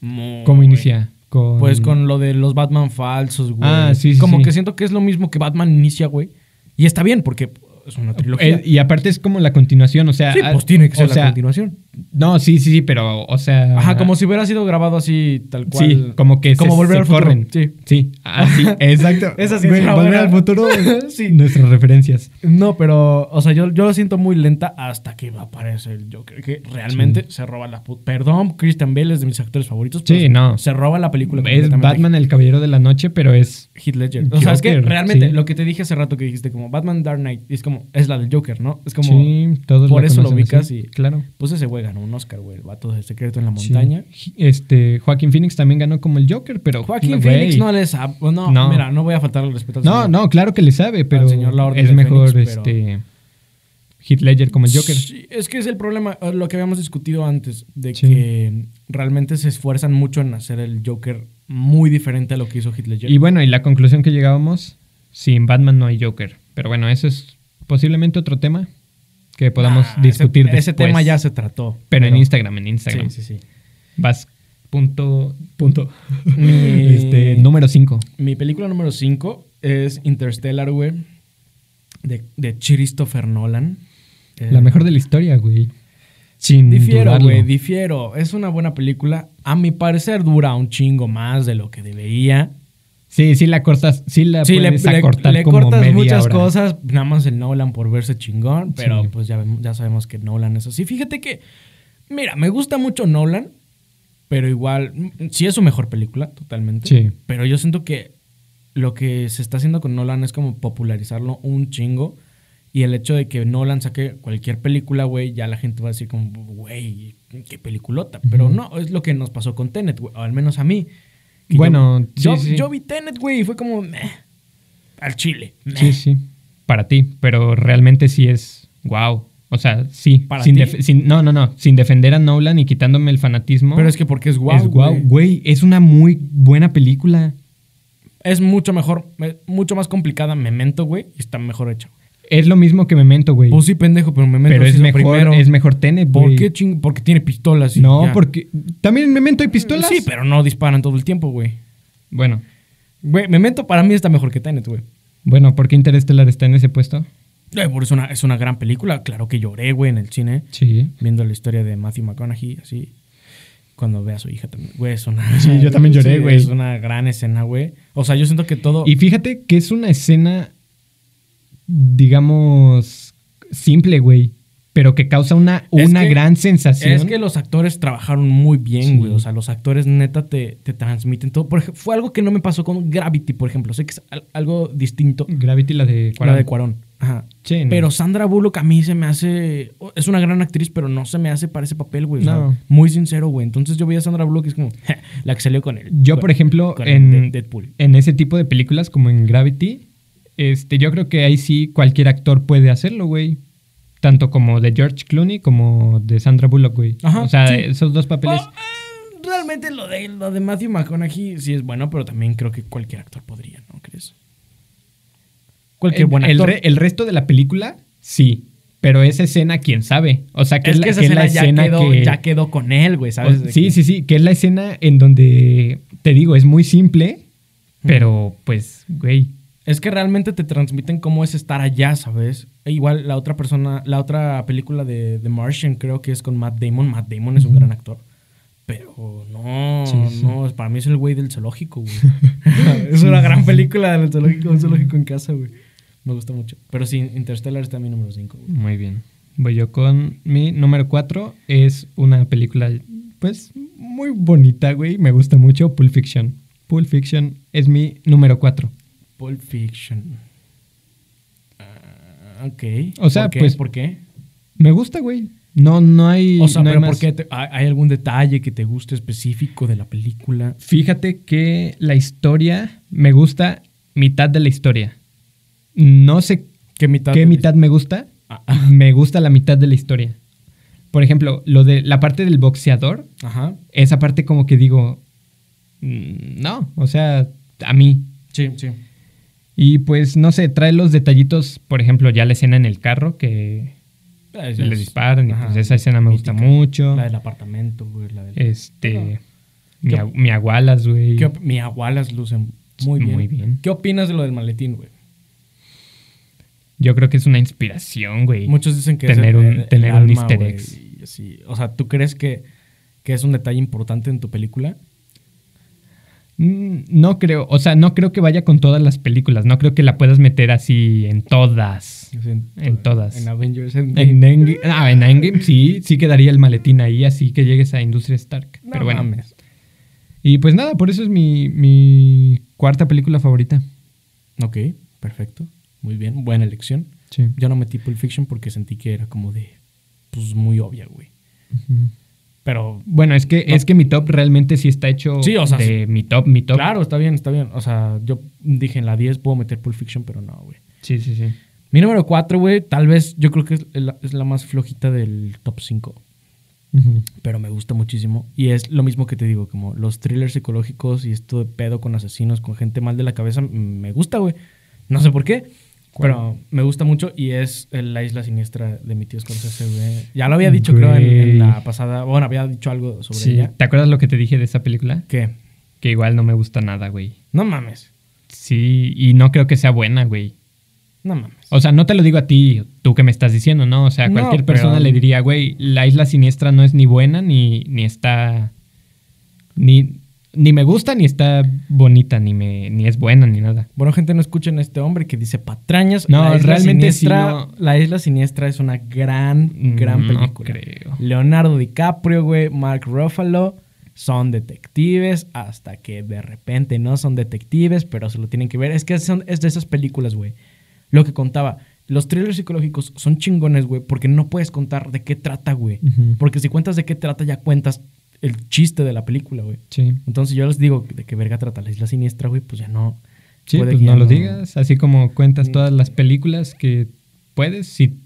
Speaker 1: Muy-
Speaker 2: ¿Cómo inicia? Con...
Speaker 1: Pues con lo de los Batman falsos, güey.
Speaker 2: Ah, sí, sí,
Speaker 1: Como
Speaker 2: sí.
Speaker 1: que siento que es lo mismo que Batman inicia, güey. Y está bien, porque es una trilogía.
Speaker 2: Eh, y aparte es como la continuación, o sea...
Speaker 1: sí,
Speaker 2: ah,
Speaker 1: pues tiene que
Speaker 2: o
Speaker 1: ser la
Speaker 2: sea,
Speaker 1: continuación.
Speaker 2: No, sí, sí, sí, pero, o sea...
Speaker 1: Ajá, como si hubiera sido grabado así, tal cual.
Speaker 2: Sí, como que
Speaker 1: Como
Speaker 2: se,
Speaker 1: volver
Speaker 2: se
Speaker 1: al futuro.
Speaker 2: corren.
Speaker 1: Sí.
Speaker 2: sí. Ah, sí, exacto.
Speaker 1: Esa sí es
Speaker 2: Güey,
Speaker 1: una
Speaker 2: volver
Speaker 1: buena-
Speaker 2: al futuro.
Speaker 1: Sí.
Speaker 2: Nuestras referencias.
Speaker 1: No, pero, o sea, yo, yo lo siento muy lenta hasta que aparece el Joker, que realmente se roba la puta. Perdón, Christian Bale es de mis actores favoritos.
Speaker 2: Sí,
Speaker 1: pero
Speaker 2: no.
Speaker 1: Se roba la película.
Speaker 2: Es
Speaker 1: completamente.
Speaker 2: Batman el Caballero de la Noche, pero es
Speaker 1: Heath Ledger. O sea, es que
Speaker 2: Joker,
Speaker 1: realmente
Speaker 2: sí.
Speaker 1: lo que te dije hace rato que dijiste, como Batman Dark Knight, es como, es la del Joker, ¿no? Es como,
Speaker 2: sí, todos
Speaker 1: por
Speaker 2: la
Speaker 1: eso lo
Speaker 2: conocen
Speaker 1: ubicas
Speaker 2: así.
Speaker 1: y-
Speaker 2: claro.
Speaker 1: pues ese güey ganó un Oscar, güey, el vato de secreto en la
Speaker 2: Sí.
Speaker 1: montaña.
Speaker 2: Este, Joaquín Phoenix también ganó como el Joaquín, pero
Speaker 1: Joaquín
Speaker 2: güey.
Speaker 1: Phoenix no le sabe. No,
Speaker 2: No.
Speaker 1: mira, no voy a faltar el respeto al
Speaker 2: No,
Speaker 1: señor.
Speaker 2: no, claro que le sabe, pero
Speaker 1: señor la Orden
Speaker 2: es
Speaker 1: de
Speaker 2: mejor
Speaker 1: Phoenix, pero-
Speaker 2: este Heath Ledger como el Joker.
Speaker 1: Sí, es que es el problema, eh, lo que habíamos discutido antes, de
Speaker 2: Sí.
Speaker 1: que realmente se esfuerzan mucho en hacer el Joker muy diferente a lo que hizo Heath Ledger.
Speaker 2: Y bueno, y la conclusión que llegábamos, sin Batman no hay Joker. Pero bueno, eso es posiblemente otro tema que podamos
Speaker 1: Ah,
Speaker 2: discutir
Speaker 1: ese, ese
Speaker 2: después.
Speaker 1: tema ya se trató.
Speaker 2: Pero en Instagram, en Instagram.
Speaker 1: Sí, sí, sí.
Speaker 2: Vas punto, punto.
Speaker 1: Mi-
Speaker 2: Este, número 5.
Speaker 1: Mi película número 5 es Interstellar, güey, de, de Christopher Nolan. Eh,
Speaker 2: La mejor de la historia, güey. Sin
Speaker 1: Difiero,
Speaker 2: dudarlo.
Speaker 1: güey, difiero. Es una buena película. A mi parecer dura un chingo más de lo que debería.
Speaker 2: Sí, sí la cortas, sí la
Speaker 1: Sí, le,
Speaker 2: puedes
Speaker 1: le-
Speaker 2: acortar
Speaker 1: le
Speaker 2: como
Speaker 1: cortas
Speaker 2: media
Speaker 1: muchas
Speaker 2: hora.
Speaker 1: cosas, nada más el Nolan por verse chingón, pero
Speaker 2: Sí.
Speaker 1: pues ya, vemos- ya sabemos que Nolan es así. Fíjate que, mira, me gusta mucho Nolan, pero igual, mm, sí es su mejor película, totalmente.
Speaker 2: Sí.
Speaker 1: Pero yo siento que lo que se está haciendo con Nolan es como popularizarlo un chingo. Y el hecho de que Nolan saque cualquier película, güey, ya la gente va a decir como, güey, qué peliculota. Pero no, es lo que nos pasó con Tenet, güey, o al menos a mí. Que yo-
Speaker 2: Bueno,
Speaker 1: yo,
Speaker 2: sí, sí.
Speaker 1: yo vi Tenet, güey, y fue como, meh, al chile. meh.
Speaker 2: Sí, sí. Para ti, pero realmente sí es wow. O sea, sí.
Speaker 1: ¿Para
Speaker 2: sin
Speaker 1: ti?
Speaker 2: def- sin- no, no, no. Sin defender a Nolan y quitándome el fanatismo.
Speaker 1: Pero es que porque es guau,
Speaker 2: es guau,
Speaker 1: güey.
Speaker 2: güey. Es una muy buena película.
Speaker 1: Es mucho mejor, me- mucho más complicada Memento, güey, y está mejor hecha.
Speaker 2: Es lo mismo que Memento, güey.
Speaker 1: Pues sí, pendejo, pero Memento
Speaker 2: pero
Speaker 1: sí
Speaker 2: es
Speaker 1: lo
Speaker 2: mejor,
Speaker 1: primero.
Speaker 2: es mejor Tenet,
Speaker 1: ¿Por
Speaker 2: güey.
Speaker 1: qué ching? Porque tiene pistolas. y
Speaker 2: No,
Speaker 1: ya. Eh,
Speaker 2: porque también en Memento hay pistolas.
Speaker 1: Sí, pero no disparan todo el tiempo, güey.
Speaker 2: Bueno,
Speaker 1: Güey, Memento para mí está mejor que Tenet, güey.
Speaker 2: bueno, ¿por qué Interestelar está en ese puesto?
Speaker 1: Eh, por eso una- es una gran película. Claro que lloré, güey, en el cine.
Speaker 2: Sí.
Speaker 1: Viendo la historia de Matthew McConaughey, así. Cuando ve a su hija también. Güey, es una...
Speaker 2: Sí, yo también lloré, güey.
Speaker 1: Es una gran escena, güey. O sea, yo siento que todo...
Speaker 2: Y fíjate que es una escena, digamos, simple, güey, pero que causa una,
Speaker 1: Es
Speaker 2: una
Speaker 1: que-
Speaker 2: gran sensación.
Speaker 1: Es que los actores trabajaron muy bien,
Speaker 2: Sí.
Speaker 1: güey. O sea, los actores neta te, te transmiten todo. Por ej- fue algo que no me pasó con Gravity, por ejemplo. Sé que es al- algo distinto.
Speaker 2: Gravity, la de
Speaker 1: La de Cuarón. Ajá.
Speaker 2: Mm, Sí, no.
Speaker 1: Pero Sandra Bullock a mí se me hace. o- Es una gran actriz, pero no se me hace para ese papel, güey. O sea,
Speaker 2: No.
Speaker 1: muy sincero, güey. Entonces yo veía a Sandra Bullock y es como "Ja", la que salió con él.
Speaker 2: Yo, por ejemplo,
Speaker 1: con el
Speaker 2: en,
Speaker 1: de- Deadpool.
Speaker 2: en ese tipo de películas como en Gravity, este, yo creo que ahí sí cualquier actor puede hacerlo, güey. Tanto como de George Clooney como de Sandra Bullock, güey.
Speaker 1: Ajá,
Speaker 2: o sea,
Speaker 1: sí.
Speaker 2: esos dos papeles.
Speaker 1: Pues, eh, realmente lo de, lo de Matthew McConaughey sí es bueno, pero también creo que cualquier actor podría, ¿no crees? Cualquier
Speaker 2: el,
Speaker 1: buen actor.
Speaker 2: re- el resto de la película, sí. Pero esa escena, quién sabe. O sea, que
Speaker 1: es
Speaker 2: la,
Speaker 1: que esa
Speaker 2: que es
Speaker 1: escena,
Speaker 2: la escena
Speaker 1: ya, quedó,
Speaker 2: que. Pues
Speaker 1: ya quedó con él, güey, ¿sabes?
Speaker 2: o- sí, sí, sí. Que es la escena en donde, te digo, es muy simple, Pero, pues, güey.
Speaker 1: Es que realmente te transmiten cómo es estar allá, ¿sabes? E igual la otra persona, la otra película de The Martian creo que es con Matt Damon. Matt Damon es un gran actor. Pero no,
Speaker 2: Sí, sí.
Speaker 1: no, para mí es el güey del zoológico, güey. es una gran película del zoológico, un zoológico en casa, güey. Me gusta mucho. Pero sí, Interstellar está mi número 5, güey.
Speaker 2: Muy bien. Voy yo con mi número 4. Es una película, pues, muy bonita, güey. Me gusta mucho. Pulp Fiction. Pulp Fiction es mi número 4.
Speaker 1: Pulp Fiction. Ah, ok.
Speaker 2: O sea,
Speaker 1: ¿Por qué?
Speaker 2: pues-
Speaker 1: ¿Por qué?
Speaker 2: Me gusta, güey. No, no hay.
Speaker 1: O sea,
Speaker 2: no hay
Speaker 1: pero ¿por
Speaker 2: más.
Speaker 1: qué? te- ¿Hay hay algún detalle que te guste específico de la película?
Speaker 2: Fíjate que la historia me gusta mitad de la historia. No sé
Speaker 1: ¿Qué mitad?
Speaker 2: qué
Speaker 1: de-
Speaker 2: mitad me gusta.
Speaker 1: Ah, ah,
Speaker 2: Me gusta la mitad de la historia. Por ejemplo, lo de la parte del boxeador,
Speaker 1: Ajá.
Speaker 2: esa parte como que digo, "Mm, no, o sea, a mí.
Speaker 1: Sí, sí.
Speaker 2: Y pues no sé, trae los detallitos, por ejemplo, ya la escena en el carro que
Speaker 1: Ah,
Speaker 2: le
Speaker 1: es-
Speaker 2: disparan y
Speaker 1: ajá,
Speaker 2: pues esa escena me gusta
Speaker 1: mítica.
Speaker 2: mucho.
Speaker 1: La del apartamento, güey. La del...
Speaker 2: Este, mi,
Speaker 1: ¿Qué-
Speaker 2: a- mi agualas, güey.
Speaker 1: ¿Qué op- mi abuelas lucen muy
Speaker 2: Sí,
Speaker 1: bien.
Speaker 2: muy bien.
Speaker 1: ¿Qué opinas de lo del maletín, güey?
Speaker 2: Yo creo que es una inspiración, güey.
Speaker 1: Muchos dicen que es
Speaker 2: Tener un-
Speaker 1: el,
Speaker 2: tener un
Speaker 1: alma,
Speaker 2: easter
Speaker 1: güey,
Speaker 2: eggs.
Speaker 1: y así. O sea, ¿tú crees que, que es un detalle importante en tu película?
Speaker 2: Mm, No creo, o sea, no creo que vaya con todas las películas. No creo que la puedas meter así en todas.
Speaker 1: O sea, En,
Speaker 2: En todas.
Speaker 1: En Avengers Endgame.
Speaker 2: En Endgame, ah, en Endgame sí, sí quedaría el maletín ahí, así que llegues a Industria Stark.
Speaker 1: No
Speaker 2: Pero bueno.
Speaker 1: mames.
Speaker 2: Y pues nada, por eso es mi, mi cuarta película favorita.
Speaker 1: Ok, perfecto. Muy bien, buena elección.
Speaker 2: Sí.
Speaker 1: Yo no metí Pulp Fiction porque sentí que era como de... Pues muy obvia, güey.
Speaker 2: Ujú.
Speaker 1: Pero...
Speaker 2: Bueno, es que,
Speaker 1: No.
Speaker 2: es que mi top realmente sí está hecho
Speaker 1: Sí, o sea,
Speaker 2: de mi top, mi top.
Speaker 1: Claro, está bien, está bien. O sea, yo dije en la 10 puedo meter Pulp Fiction, pero no, güey.
Speaker 2: Sí, sí, sí.
Speaker 1: Mi número 4, güey, tal vez yo creo que es la, es la más flojita del top 5,
Speaker 2: Ujú.
Speaker 1: pero me gusta muchísimo. Y es lo mismo que te digo, como los thrillers psicológicos y esto de pedo con asesinos, con gente mal de la cabeza, mm, me gusta, güey. No sé por qué, pero me gusta mucho y es eh, La Isla Siniestra de mi tío Scorsese, güey. Ya lo había dicho, creo, en, en la
Speaker 2: Güey.
Speaker 1: pasada. Bueno, había dicho algo sobre
Speaker 2: Sí.
Speaker 1: ella.
Speaker 2: ¿Te acuerdas lo que te dije de esa película?
Speaker 1: ¿Qué?
Speaker 2: Que igual no me gusta nada, güey.
Speaker 1: No mames,
Speaker 2: Sí, y no creo que sea buena, güey.
Speaker 1: no mames.
Speaker 2: O sea, no te lo digo a ti, tú que me estás diciendo, ¿no? O sea,
Speaker 1: No,
Speaker 2: cualquier
Speaker 1: pero-
Speaker 2: persona le diría, güey, la isla siniestra no es ni buena, ni, ni está. Ni, ni me gusta, ni está bonita, ni, me, ni es buena, ni nada.
Speaker 1: Bueno, gente, no escuchen a este hombre que dice patrañas.
Speaker 2: No,
Speaker 1: la isla
Speaker 2: realmente sí,
Speaker 1: siniestra,
Speaker 2: no.
Speaker 1: La Isla Siniestra es una gran, gran
Speaker 2: Mm, No
Speaker 1: película.
Speaker 2: creo.
Speaker 1: Leonardo DiCaprio, güey, Mark Ruffalo, son detectives hasta que de repente no son detectives, pero se lo tienen que ver. Es que son, es de esas películas, güey. Lo que contaba, los thrillers psicológicos son chingones, güey, porque no puedes contar de qué trata, güey.
Speaker 2: Ujú.
Speaker 1: Porque si cuentas de qué trata, ya cuentas el chiste de la película, güey.
Speaker 2: Sí.
Speaker 1: Entonces yo les digo de qué verga trata la isla siniestra, güey, pues ya no.
Speaker 2: Sí,
Speaker 1: puede
Speaker 2: pues
Speaker 1: que
Speaker 2: no Mm.
Speaker 1: ya
Speaker 2: lo digas, así como cuentas todas las películas que puedes. Si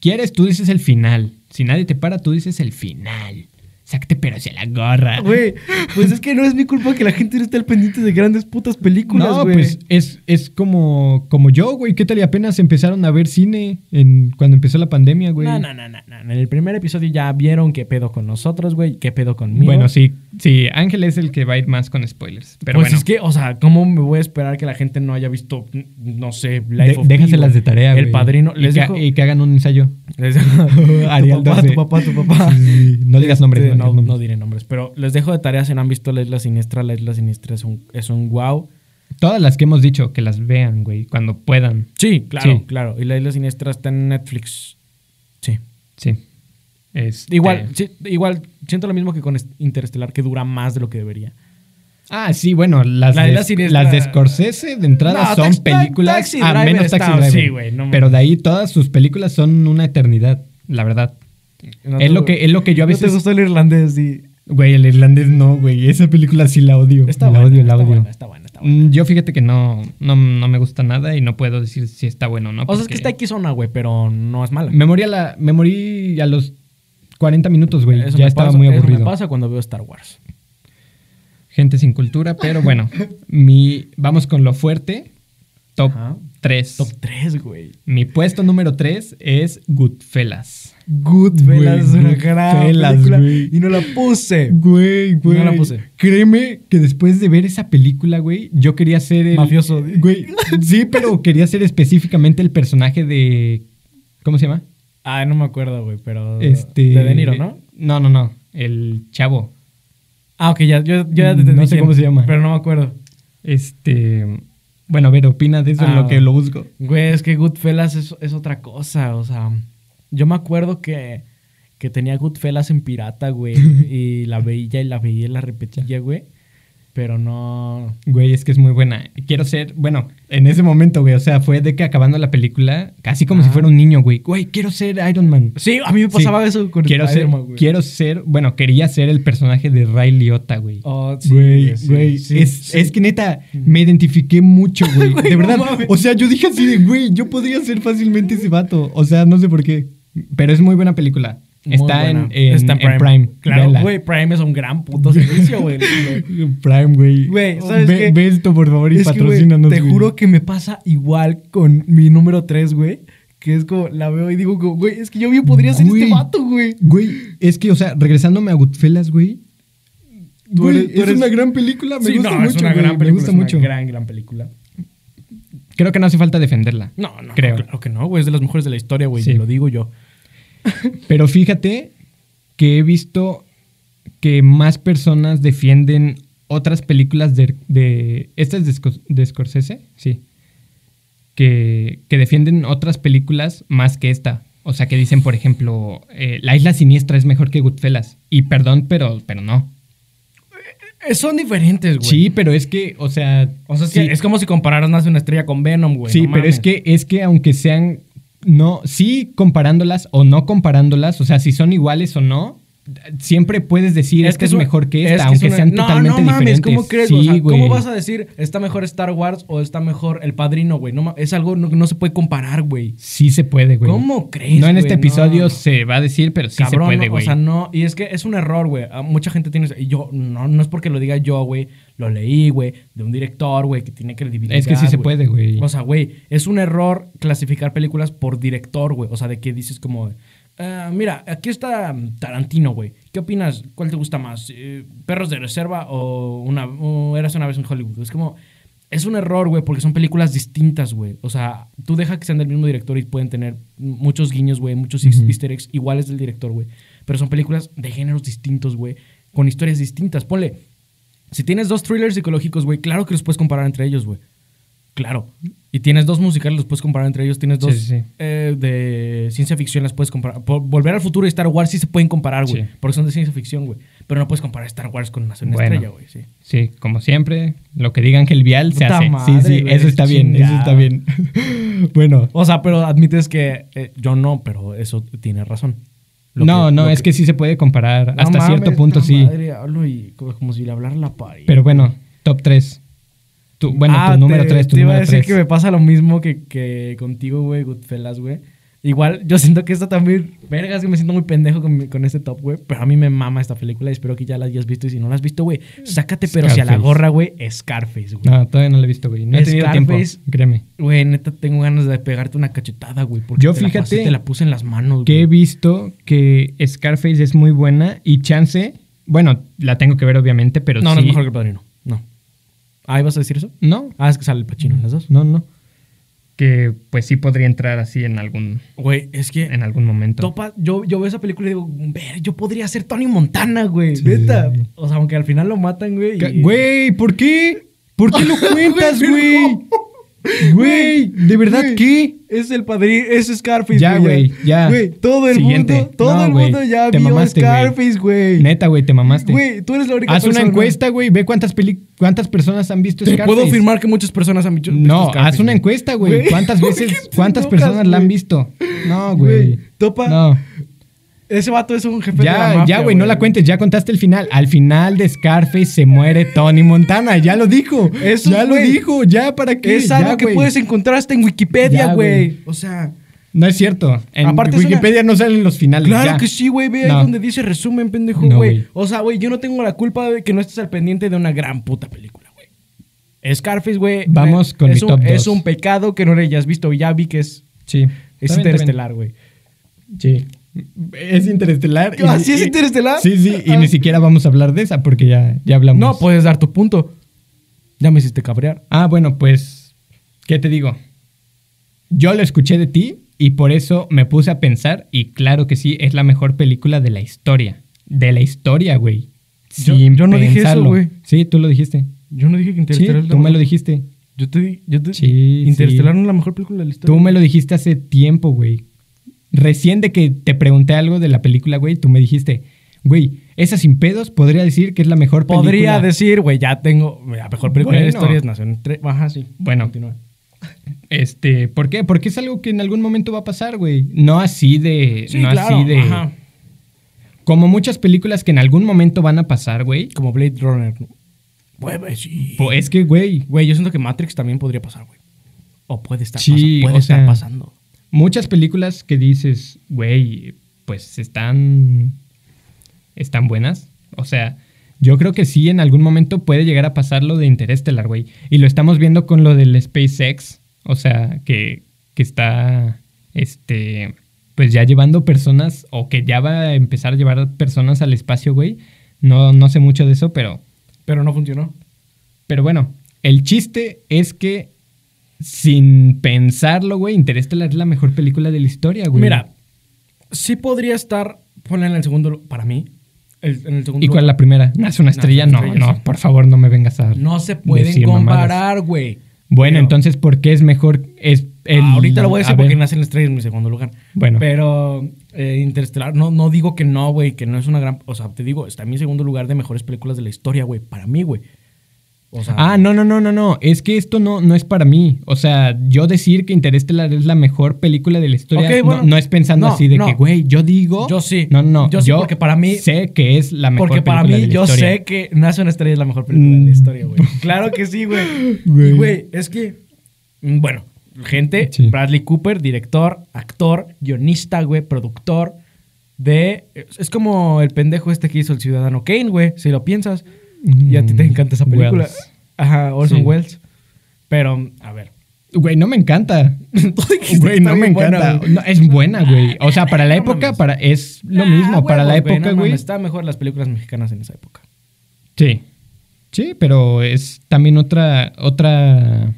Speaker 2: quieres, tú dices el final. Si nadie te para, tú dices el final. Sácate pero hacia la gorra.
Speaker 1: Güey, pues es que no es mi culpa que la gente no esté al pendiente de grandes putas películas,
Speaker 2: No,
Speaker 1: güey.
Speaker 2: pues es, es como, como yo, güey. ¿Qué tal y apenas empezaron a ver cine en, cuando empezó la pandemia, güey?
Speaker 1: No, no, no, no, no. En el primer episodio ya vieron qué pedo con nosotros, güey, qué pedo conmigo.
Speaker 2: Bueno, sí, sí, Ángel es el que va a ir más con spoilers. Pero
Speaker 1: pues
Speaker 2: bueno,
Speaker 1: es que, o sea, ¿cómo me voy a esperar que la gente no haya visto, no sé, Life
Speaker 2: de-
Speaker 1: of Pi,
Speaker 2: déjaselas
Speaker 1: güey?
Speaker 2: de tarea, güey.
Speaker 1: El padriano.
Speaker 2: Y,
Speaker 1: Les
Speaker 2: que,
Speaker 1: dejo.
Speaker 2: y que hagan un ensayo.
Speaker 1: les dejo-
Speaker 2: Arial
Speaker 1: tu papá,
Speaker 2: 12.
Speaker 1: tu papá, tu papá.
Speaker 2: Sí, sí, sí. No digas nombres.
Speaker 1: Este,
Speaker 2: no
Speaker 1: no,
Speaker 2: digas
Speaker 1: no
Speaker 2: nombres.
Speaker 1: diré nombres, pero les dejo de tarea si no han visto La Isla Siniestra. La Isla Siniestra es un, es un wow.
Speaker 2: Todas las que hemos dicho, que las vean, güey, cuando puedan.
Speaker 1: Sí, claro,
Speaker 2: Sí.
Speaker 1: claro. Y La Isla Siniestra está en Netflix. Sí.
Speaker 2: Sí. Este-
Speaker 1: Igual, sí, igual siento lo mismo que con Est- Interestelar, que dura más de lo que debería.
Speaker 2: Ah, sí, bueno, las,
Speaker 1: La
Speaker 2: de,
Speaker 1: isla siniestra-
Speaker 2: las de Scorsese de entrada
Speaker 1: No,
Speaker 2: son
Speaker 1: Taxi-
Speaker 2: películas.
Speaker 1: Taxi
Speaker 2: a
Speaker 1: Driver
Speaker 2: menos
Speaker 1: está-
Speaker 2: Taxi Driver.
Speaker 1: sí, güey, no mames.
Speaker 2: pero de ahí todas sus películas son una eternidad, la verdad.
Speaker 1: No
Speaker 2: es,
Speaker 1: te-
Speaker 2: lo que, es lo que yo a
Speaker 1: no te
Speaker 2: veces.
Speaker 1: gustó el irlandés, di.
Speaker 2: Güey, el irlandés no, güey. Esa película sí la odio.
Speaker 1: Está
Speaker 2: la
Speaker 1: buena,
Speaker 2: odio, la
Speaker 1: está
Speaker 2: odio.
Speaker 1: buena, está buena, está buena.
Speaker 2: Mm, Yo fíjate que no, no, no me gusta nada y no puedo decir si está bueno o no.
Speaker 1: O sea, es que está
Speaker 2: porque
Speaker 1: aquí zona, güey, pero no es mala.
Speaker 2: Me morí a, la, me morí a los 40 minutos, güey.
Speaker 1: Eso
Speaker 2: Ya
Speaker 1: me
Speaker 2: estaba
Speaker 1: pasa-
Speaker 2: muy
Speaker 1: eso
Speaker 2: aburrido.
Speaker 1: me pasa cuando veo Star Wars.
Speaker 2: Gente sin cultura, pero bueno. mi, vamos con lo fuerte. Top
Speaker 1: Ajá.
Speaker 2: 3.
Speaker 1: Top 3, güey.
Speaker 2: Mi puesto número 3 es Goodfellas.
Speaker 1: Goodfellas es una
Speaker 2: Güey,
Speaker 1: gran
Speaker 2: Goodfellas,
Speaker 1: película
Speaker 2: güey.
Speaker 1: y no la puse.
Speaker 2: Güey, güey.
Speaker 1: No la puse.
Speaker 2: Créeme que después de ver esa película, güey, yo quería ser el.
Speaker 1: Mafioso.
Speaker 2: Güey, sí, pero quería ser específicamente el personaje de. ¿Cómo se llama?
Speaker 1: Ah, no me acuerdo, güey, pero
Speaker 2: Este.
Speaker 1: de De Niro, ¿no?
Speaker 2: No, no, no. El chavo.
Speaker 1: Ah, ok, ya, yo, yo ya te
Speaker 2: No
Speaker 1: entendí
Speaker 2: sé
Speaker 1: quién,
Speaker 2: cómo se llama.
Speaker 1: Pero no me acuerdo.
Speaker 2: Este. Bueno, a ver, opina de eso en
Speaker 1: Ah,
Speaker 2: lo que lo busco.
Speaker 1: Güey, es que Goodfellas es, es otra cosa, o sea, yo me acuerdo que, que tenía Goodfellas en pirata, güey, y la veía y la veía y la repetía, güey, pero no...
Speaker 2: Güey, es que es muy buena. Quiero ser, bueno, en ese momento, güey, o sea, fue de que acabando la película, casi como si
Speaker 1: Ajá.
Speaker 2: fuera un niño, güey. Güey, quiero ser Iron Man.
Speaker 1: Sí, a mí me
Speaker 2: Sí.
Speaker 1: pasaba eso con
Speaker 2: quiero ser,
Speaker 1: Spider-Man, güey.
Speaker 2: quiero ser, bueno, quería ser el personaje de Ray Liotta, güey.
Speaker 1: Oh, sí,
Speaker 2: Güey,
Speaker 1: sí,
Speaker 2: güey,
Speaker 1: sí,
Speaker 2: es,
Speaker 1: sí.
Speaker 2: es que neta, me identifiqué mucho, güey.
Speaker 1: Güey,
Speaker 2: de
Speaker 1: no
Speaker 2: verdad,
Speaker 1: mames.
Speaker 2: o sea, yo dije así de, güey, yo podría ser fácilmente ese vato. O sea, no sé por qué. Pero es muy buena película.
Speaker 1: Muy
Speaker 2: Está, en,
Speaker 1: buena.
Speaker 2: en-
Speaker 1: Está
Speaker 2: en Prime.
Speaker 1: Claro,
Speaker 2: Vela.
Speaker 1: güey, Prime es un gran puto servicio, güey. Lo-
Speaker 2: Prime, güey.
Speaker 1: Güey, ¿sabes
Speaker 2: ve,
Speaker 1: qué?
Speaker 2: ve esto, por favor, y
Speaker 1: Es que, güey,
Speaker 2: patrocínanos.
Speaker 1: Te
Speaker 2: güey.
Speaker 1: juro que me pasa igual con mi número 3, güey. Que es como, la veo y digo, como, güey, es que yo bien podría ser
Speaker 2: Güey.
Speaker 1: este vato, güey.
Speaker 2: Güey, es que, o sea, regresándome a Goodfellas, güey.
Speaker 1: Tú
Speaker 2: Güey,
Speaker 1: eres- tú
Speaker 2: es
Speaker 1: eres-
Speaker 2: una gran película, me
Speaker 1: Sí,
Speaker 2: gusta
Speaker 1: no,
Speaker 2: mucho,
Speaker 1: es una
Speaker 2: güey,
Speaker 1: gran
Speaker 2: me
Speaker 1: película.
Speaker 2: gusta
Speaker 1: es una
Speaker 2: mucho.
Speaker 1: gran, gran película.
Speaker 2: Creo que no hace falta defenderla.
Speaker 1: No, no,
Speaker 2: Creo.
Speaker 1: creo. claro que no, güey. Es de las mejores de la historia, güey.
Speaker 2: Sí.
Speaker 1: Lo digo yo.
Speaker 2: Pero fíjate que he visto que más personas defienden otras películas de... de ¿Esta es de, Scor- de Scorsese? Sí. Que, que defienden otras películas más que esta. O sea, que dicen, por ejemplo, eh, La Isla Siniestra es mejor que Goodfellas. Y perdón, pero, pero no.
Speaker 1: Eh, son diferentes, güey.
Speaker 2: Sí, pero es que, o sea...
Speaker 1: O sea,
Speaker 2: sí,
Speaker 1: sí, es como si compararas Nace una estrella con Venom, güey.
Speaker 2: sí,
Speaker 1: Pues no
Speaker 2: pero es
Speaker 1: mames.
Speaker 2: que, es que aunque sean, no, sí comparándolas o no comparándolas, o sea, si son iguales o no, siempre puedes decir es que es
Speaker 1: un-
Speaker 2: mejor que
Speaker 1: es
Speaker 2: esta,
Speaker 1: es
Speaker 2: aunque
Speaker 1: una-
Speaker 2: sean
Speaker 1: no,
Speaker 2: totalmente
Speaker 1: no mames,
Speaker 2: diferentes.
Speaker 1: ¿cómo crees?
Speaker 2: Sí,
Speaker 1: O sea,
Speaker 2: güey.
Speaker 1: ¿Cómo vas a decir está mejor Star Wars o está mejor El Padrino, güey? No, ma- es algo no, no se puede comparar, güey.
Speaker 2: Sí se puede, güey.
Speaker 1: ¿Cómo crees,
Speaker 2: No en este
Speaker 1: güey?
Speaker 2: episodio
Speaker 1: No.
Speaker 2: se va a decir, pero sí
Speaker 1: Cabrón,
Speaker 2: se puede,
Speaker 1: no,
Speaker 2: güey.
Speaker 1: o sea, no, y es que es un error, güey. A Mucha gente tiene, y yo, no, no es porque lo diga yo, güey, lo leí, güey, de un director, güey, que tiene credibilidad.
Speaker 2: Es que sí se puede, güey.
Speaker 1: O sea, güey, es un error clasificar películas por director, güey. O sea, de que dices como, "Ah, mira, aquí está Tarantino, güey. ¿Qué opinas? ¿Cuál te gusta más? Eh, ¿Perros de reserva o una, o Eras una vez en Hollywood? Es como, es un error, güey, porque son películas distintas, güey. O sea, tú deja que sean del mismo director y pueden tener muchos guiños, güey, muchos eas- easter eggs iguales del director, güey. Pero son películas de géneros distintos, güey, con historias distintas. Ponle, si tienes dos thrillers psicológicos, güey, claro que los puedes comparar entre ellos, güey. Claro. Y tienes dos musicales, los puedes comparar entre ellos. Tienes
Speaker 2: Sí,
Speaker 1: dos
Speaker 2: sí, sí.
Speaker 1: eh, de ciencia ficción, las puedes comparar. Por- Volver al futuro y Star Wars sí se pueden comparar, güey.
Speaker 2: Sí.
Speaker 1: Porque son de ciencia ficción, güey. Pero no puedes comparar Star Wars con Nación
Speaker 2: Bueno.
Speaker 1: Estrella, güey. Sí.
Speaker 2: Sí, como siempre, lo que diga Ángel Vial se
Speaker 1: Puta
Speaker 2: hace.
Speaker 1: madre,
Speaker 2: sí, sí,
Speaker 1: güey,
Speaker 2: eso está bien, eso está
Speaker 1: chingado.
Speaker 2: bien. bueno,
Speaker 1: O sea, pero admites que eh, yo no, pero eso tiene razón. Lo
Speaker 2: no,
Speaker 1: que-
Speaker 2: no,
Speaker 1: lo
Speaker 2: es que sí se puede comparar.
Speaker 1: No
Speaker 2: Hasta
Speaker 1: mames,
Speaker 2: cierto punto
Speaker 1: puta
Speaker 2: sí.
Speaker 1: madre, hablo y como, como si le hablara la pared.
Speaker 2: Pero bueno, top 3. Tu, bueno,
Speaker 1: Ah,
Speaker 2: tu número
Speaker 1: te-
Speaker 2: 3, tu
Speaker 1: te iba a
Speaker 2: número
Speaker 1: decir
Speaker 2: 3.
Speaker 1: que me pasa lo mismo que, que contigo, güey, Goodfellas, güey. Igual, yo siento que esta también, vergas, que me siento muy pendejo con, mi- con este top, güey. Pero a mí me mama esta película y espero que ya la hayas visto. Y si no la has visto, güey, sácate, pero si a la
Speaker 2: Scarface. Ah.
Speaker 1: gorra, güey, Scarface, güey.
Speaker 2: No, todavía no lo he visto, güey. No he tenido tiempo,
Speaker 1: Scarface.
Speaker 2: créeme.
Speaker 1: Güey, neta, tengo ganas de pegarte una cachetada, güey. Porque
Speaker 2: Yo
Speaker 1: te la pasé
Speaker 2: fíjate
Speaker 1: y te la puse en las manos,
Speaker 2: Que he
Speaker 1: güey.
Speaker 2: visto que Scarface es muy buena y Chance, bueno, la tengo que ver obviamente, pero
Speaker 1: No,
Speaker 2: sí.
Speaker 1: no es mejor que el padrino. No. ¿Ah, ibas a decir eso?
Speaker 2: No,
Speaker 1: Ah, es que sale el pachino en las dos.
Speaker 2: no, no. Que pues sí podría entrar así en algún,
Speaker 1: Güey, es que.
Speaker 2: en algún momento.
Speaker 1: Topa, yo, yo veo esa película y digo, ver, yo podría ser Tony Montana, güey.
Speaker 2: Sí.
Speaker 1: Neta. O sea, aunque al final lo matan, güey.
Speaker 2: Ca-
Speaker 1: y-
Speaker 2: Güey, ¿por qué? ¿Por qué lo cuentas, güey? Güey, ¿de verdad
Speaker 1: Güey,
Speaker 2: qué?
Speaker 1: Es el padrino, es Scarface,
Speaker 2: Ya, güey, ya.
Speaker 1: Güey, todo el
Speaker 2: Siguiente.
Speaker 1: mundo, todo
Speaker 2: No,
Speaker 1: el
Speaker 2: güey,
Speaker 1: mundo ya
Speaker 2: te
Speaker 1: vio
Speaker 2: mamaste, güey.
Speaker 1: Scarface, güey.
Speaker 2: Neta, güey, te mamaste.
Speaker 1: Güey, tú eres la única
Speaker 2: Haz una
Speaker 1: persona-
Speaker 2: encuesta, güey, ve cuántas peli- cuántas personas han visto
Speaker 1: Te
Speaker 2: Scarface.
Speaker 1: puedo afirmar que muchas personas han visto
Speaker 2: No,
Speaker 1: visto Scarface,
Speaker 2: haz una
Speaker 1: güey.
Speaker 2: encuesta, güey.
Speaker 1: Güey,
Speaker 2: ¿Cuántas
Speaker 1: ¿por qué
Speaker 2: veces,
Speaker 1: te
Speaker 2: cuántas
Speaker 1: enojas,
Speaker 2: personas la han
Speaker 1: güey?
Speaker 2: visto? No, güey.
Speaker 1: Güey, topa.
Speaker 2: No.
Speaker 1: Ese vato es un jefe de la
Speaker 2: Ya,
Speaker 1: mafia,
Speaker 2: ya, güey, no la cuentes, ya contaste el final. Al final de Scarface se muere Tony Montana, ya lo dijo.
Speaker 1: Eso,
Speaker 2: ya lo
Speaker 1: güey.
Speaker 2: dijo, ya para qué.
Speaker 1: Es
Speaker 2: Ya,
Speaker 1: algo que
Speaker 2: güey.
Speaker 1: puedes encontrar hasta en Wikipedia,
Speaker 2: Ya, güey.
Speaker 1: güey. O sea...
Speaker 2: No es cierto. En
Speaker 1: Aparte es una-
Speaker 2: Wikipedia no salen los finales.
Speaker 1: Claro
Speaker 2: ya.
Speaker 1: que sí, güey. Ve ahí
Speaker 2: No.
Speaker 1: donde dice resumen, pendejo,
Speaker 2: No,
Speaker 1: güey.
Speaker 2: güey.
Speaker 1: o sea, güey, yo no tengo la culpa de que no estés al pendiente de una gran puta película, güey. Scarface, güey.
Speaker 2: Vamos
Speaker 1: me-
Speaker 2: con
Speaker 1: es
Speaker 2: mi
Speaker 1: un,
Speaker 2: top
Speaker 1: Es
Speaker 2: dos.
Speaker 1: un pecado que no le hayas visto. Ya vi que es, es
Speaker 2: Sí. Está bien, está bien.
Speaker 1: interestelar, güey.
Speaker 2: Sí. Es interestelar. y-
Speaker 1: ¿Ah, sí es
Speaker 2: y-
Speaker 1: interestelar?
Speaker 2: Sí, sí, y
Speaker 1: Ah.
Speaker 2: ni siquiera vamos a hablar de esa porque ya, ya hablamos.
Speaker 1: No, pues- puedes dar tu punto. Ya me hiciste cabrear.
Speaker 2: Ah, bueno, pues, ¿qué te digo? Yo lo escuché de ti y por eso me puse a pensar y claro que sí, es la mejor película de la historia. De la historia, güey.
Speaker 1: Yo-
Speaker 2: Sin
Speaker 1: yo no dije eso,
Speaker 2: pensarlo.
Speaker 1: güey.
Speaker 2: Sí, tú lo dijiste.
Speaker 1: Yo no dije que
Speaker 2: Sí,
Speaker 1: Interestelar es la
Speaker 2: tú me
Speaker 1: mejor-
Speaker 2: lo dijiste.
Speaker 1: Yo te di- yo te-
Speaker 2: Sí,
Speaker 1: Interestelar
Speaker 2: sí.
Speaker 1: no es la mejor película de la historia.
Speaker 2: Tú me lo dijiste hace tiempo, güey. Recién de que te pregunté algo de la película, güey, tú me dijiste, güey, esa sin pedos podría decir que es la mejor película.
Speaker 1: Podría decir, güey, ya tengo la mejor película de la
Speaker 2: Bueno.
Speaker 1: historia es Nación 3. Ajá, sí.
Speaker 2: Bueno.
Speaker 1: continúa.
Speaker 2: Este, ¿por qué? Porque es algo que en algún momento va a pasar, güey. No así de.
Speaker 1: Sí,
Speaker 2: no
Speaker 1: claro.
Speaker 2: así de.
Speaker 1: Ajá.
Speaker 2: Como muchas películas que en algún momento van a pasar, güey.
Speaker 1: Como Blade Runner. ¿no? Güey, güey, sí.
Speaker 2: Pues es que, güey,
Speaker 1: Güey, yo siento que Matrix también podría pasar, güey. O puede estar,
Speaker 2: Sí,
Speaker 1: pasando, puede
Speaker 2: o
Speaker 1: estar
Speaker 2: sea-
Speaker 1: pasando.
Speaker 2: muchas películas que dices, güey, pues están. están buenas. O sea, yo creo que sí, en algún momento puede llegar a pasar lo de Interestelar, güey. Y lo estamos viendo con lo del SpaceX. O sea, que, que está. Este. Pues ya llevando personas. O que ya va a empezar a llevar personas al espacio, güey. No, no sé mucho de eso, pero.
Speaker 1: Pero no funcionó.
Speaker 2: Pero bueno, el chiste es que. Sin pensarlo, güey, Interestelar es la mejor película de la historia, güey.
Speaker 1: Mira, sí podría estar, ponle en el segundo, lu- para mí, el- en el segundo
Speaker 2: ¿Y cuál es la
Speaker 1: lugar.
Speaker 2: primera? ¿Nace una estrella?
Speaker 1: Nace
Speaker 2: No,
Speaker 1: una estrella,
Speaker 2: no,
Speaker 1: sí.
Speaker 2: por favor, no me vengas a.
Speaker 1: No se pueden
Speaker 2: decir mamadas.
Speaker 1: comparar, güey.
Speaker 2: Bueno,
Speaker 1: Pero-
Speaker 2: entonces, ¿por qué es mejor? Es el-
Speaker 1: Ah, ahorita lo voy a decir porque
Speaker 2: ver,
Speaker 1: Nace en la Estrella es mi segundo lugar.
Speaker 2: Bueno.
Speaker 1: Pero eh, Interestelar, no, no digo que no, güey, que no es una gran... O sea, te digo, está en mi segundo lugar de mejores películas de la historia, güey, para mí, güey. O sea,
Speaker 2: Ah, no, no, no, no, no. Es que esto no, no es para mí. O sea, yo decir que Interestelar es la mejor película de la historia
Speaker 1: Ok,
Speaker 2: no-
Speaker 1: bueno.
Speaker 2: no, es pensando
Speaker 1: No,
Speaker 2: así de
Speaker 1: no.
Speaker 2: que, güey, yo digo.
Speaker 1: Yo sí.
Speaker 2: No, no, no.
Speaker 1: Yo sí, porque para mí-
Speaker 2: Sé que es la mejor
Speaker 1: Porque para
Speaker 2: película de
Speaker 1: mí,
Speaker 2: la
Speaker 1: yo
Speaker 2: historia.
Speaker 1: sé que Nace una estrella es la mejor película de la
Speaker 2: Mm.
Speaker 1: historia, güey. Claro que sí, güey.
Speaker 2: Güey.
Speaker 1: Y, Güey, es que. mm, Bueno, gente,
Speaker 2: Sí.
Speaker 1: Bradley Cooper, director, actor, guionista, güey, productor de. Es es como el pendejo este que hizo el Ciudadano Kane, güey, si lo piensas. Y a ti te
Speaker 2: Mm,
Speaker 1: encanta esa película.
Speaker 2: Wells.
Speaker 1: Ajá, Orson
Speaker 2: Sí.
Speaker 1: Welles. Pero, a ver.
Speaker 2: Güey, no me encanta.
Speaker 1: Tú dijiste
Speaker 2: Güey,
Speaker 1: que
Speaker 2: no
Speaker 1: está
Speaker 2: me
Speaker 1: bien buena,
Speaker 2: encanta.
Speaker 1: güey.
Speaker 2: No, es buena, güey. O sea, para la
Speaker 1: No
Speaker 2: época,
Speaker 1: mames.
Speaker 2: para, es lo
Speaker 1: Ah,
Speaker 2: mismo. para la
Speaker 1: huevos, güey,
Speaker 2: época,
Speaker 1: no
Speaker 2: güey.
Speaker 1: mames, Estaban mejor las películas mexicanas en esa época.
Speaker 2: Sí. Sí, pero es también otra, otra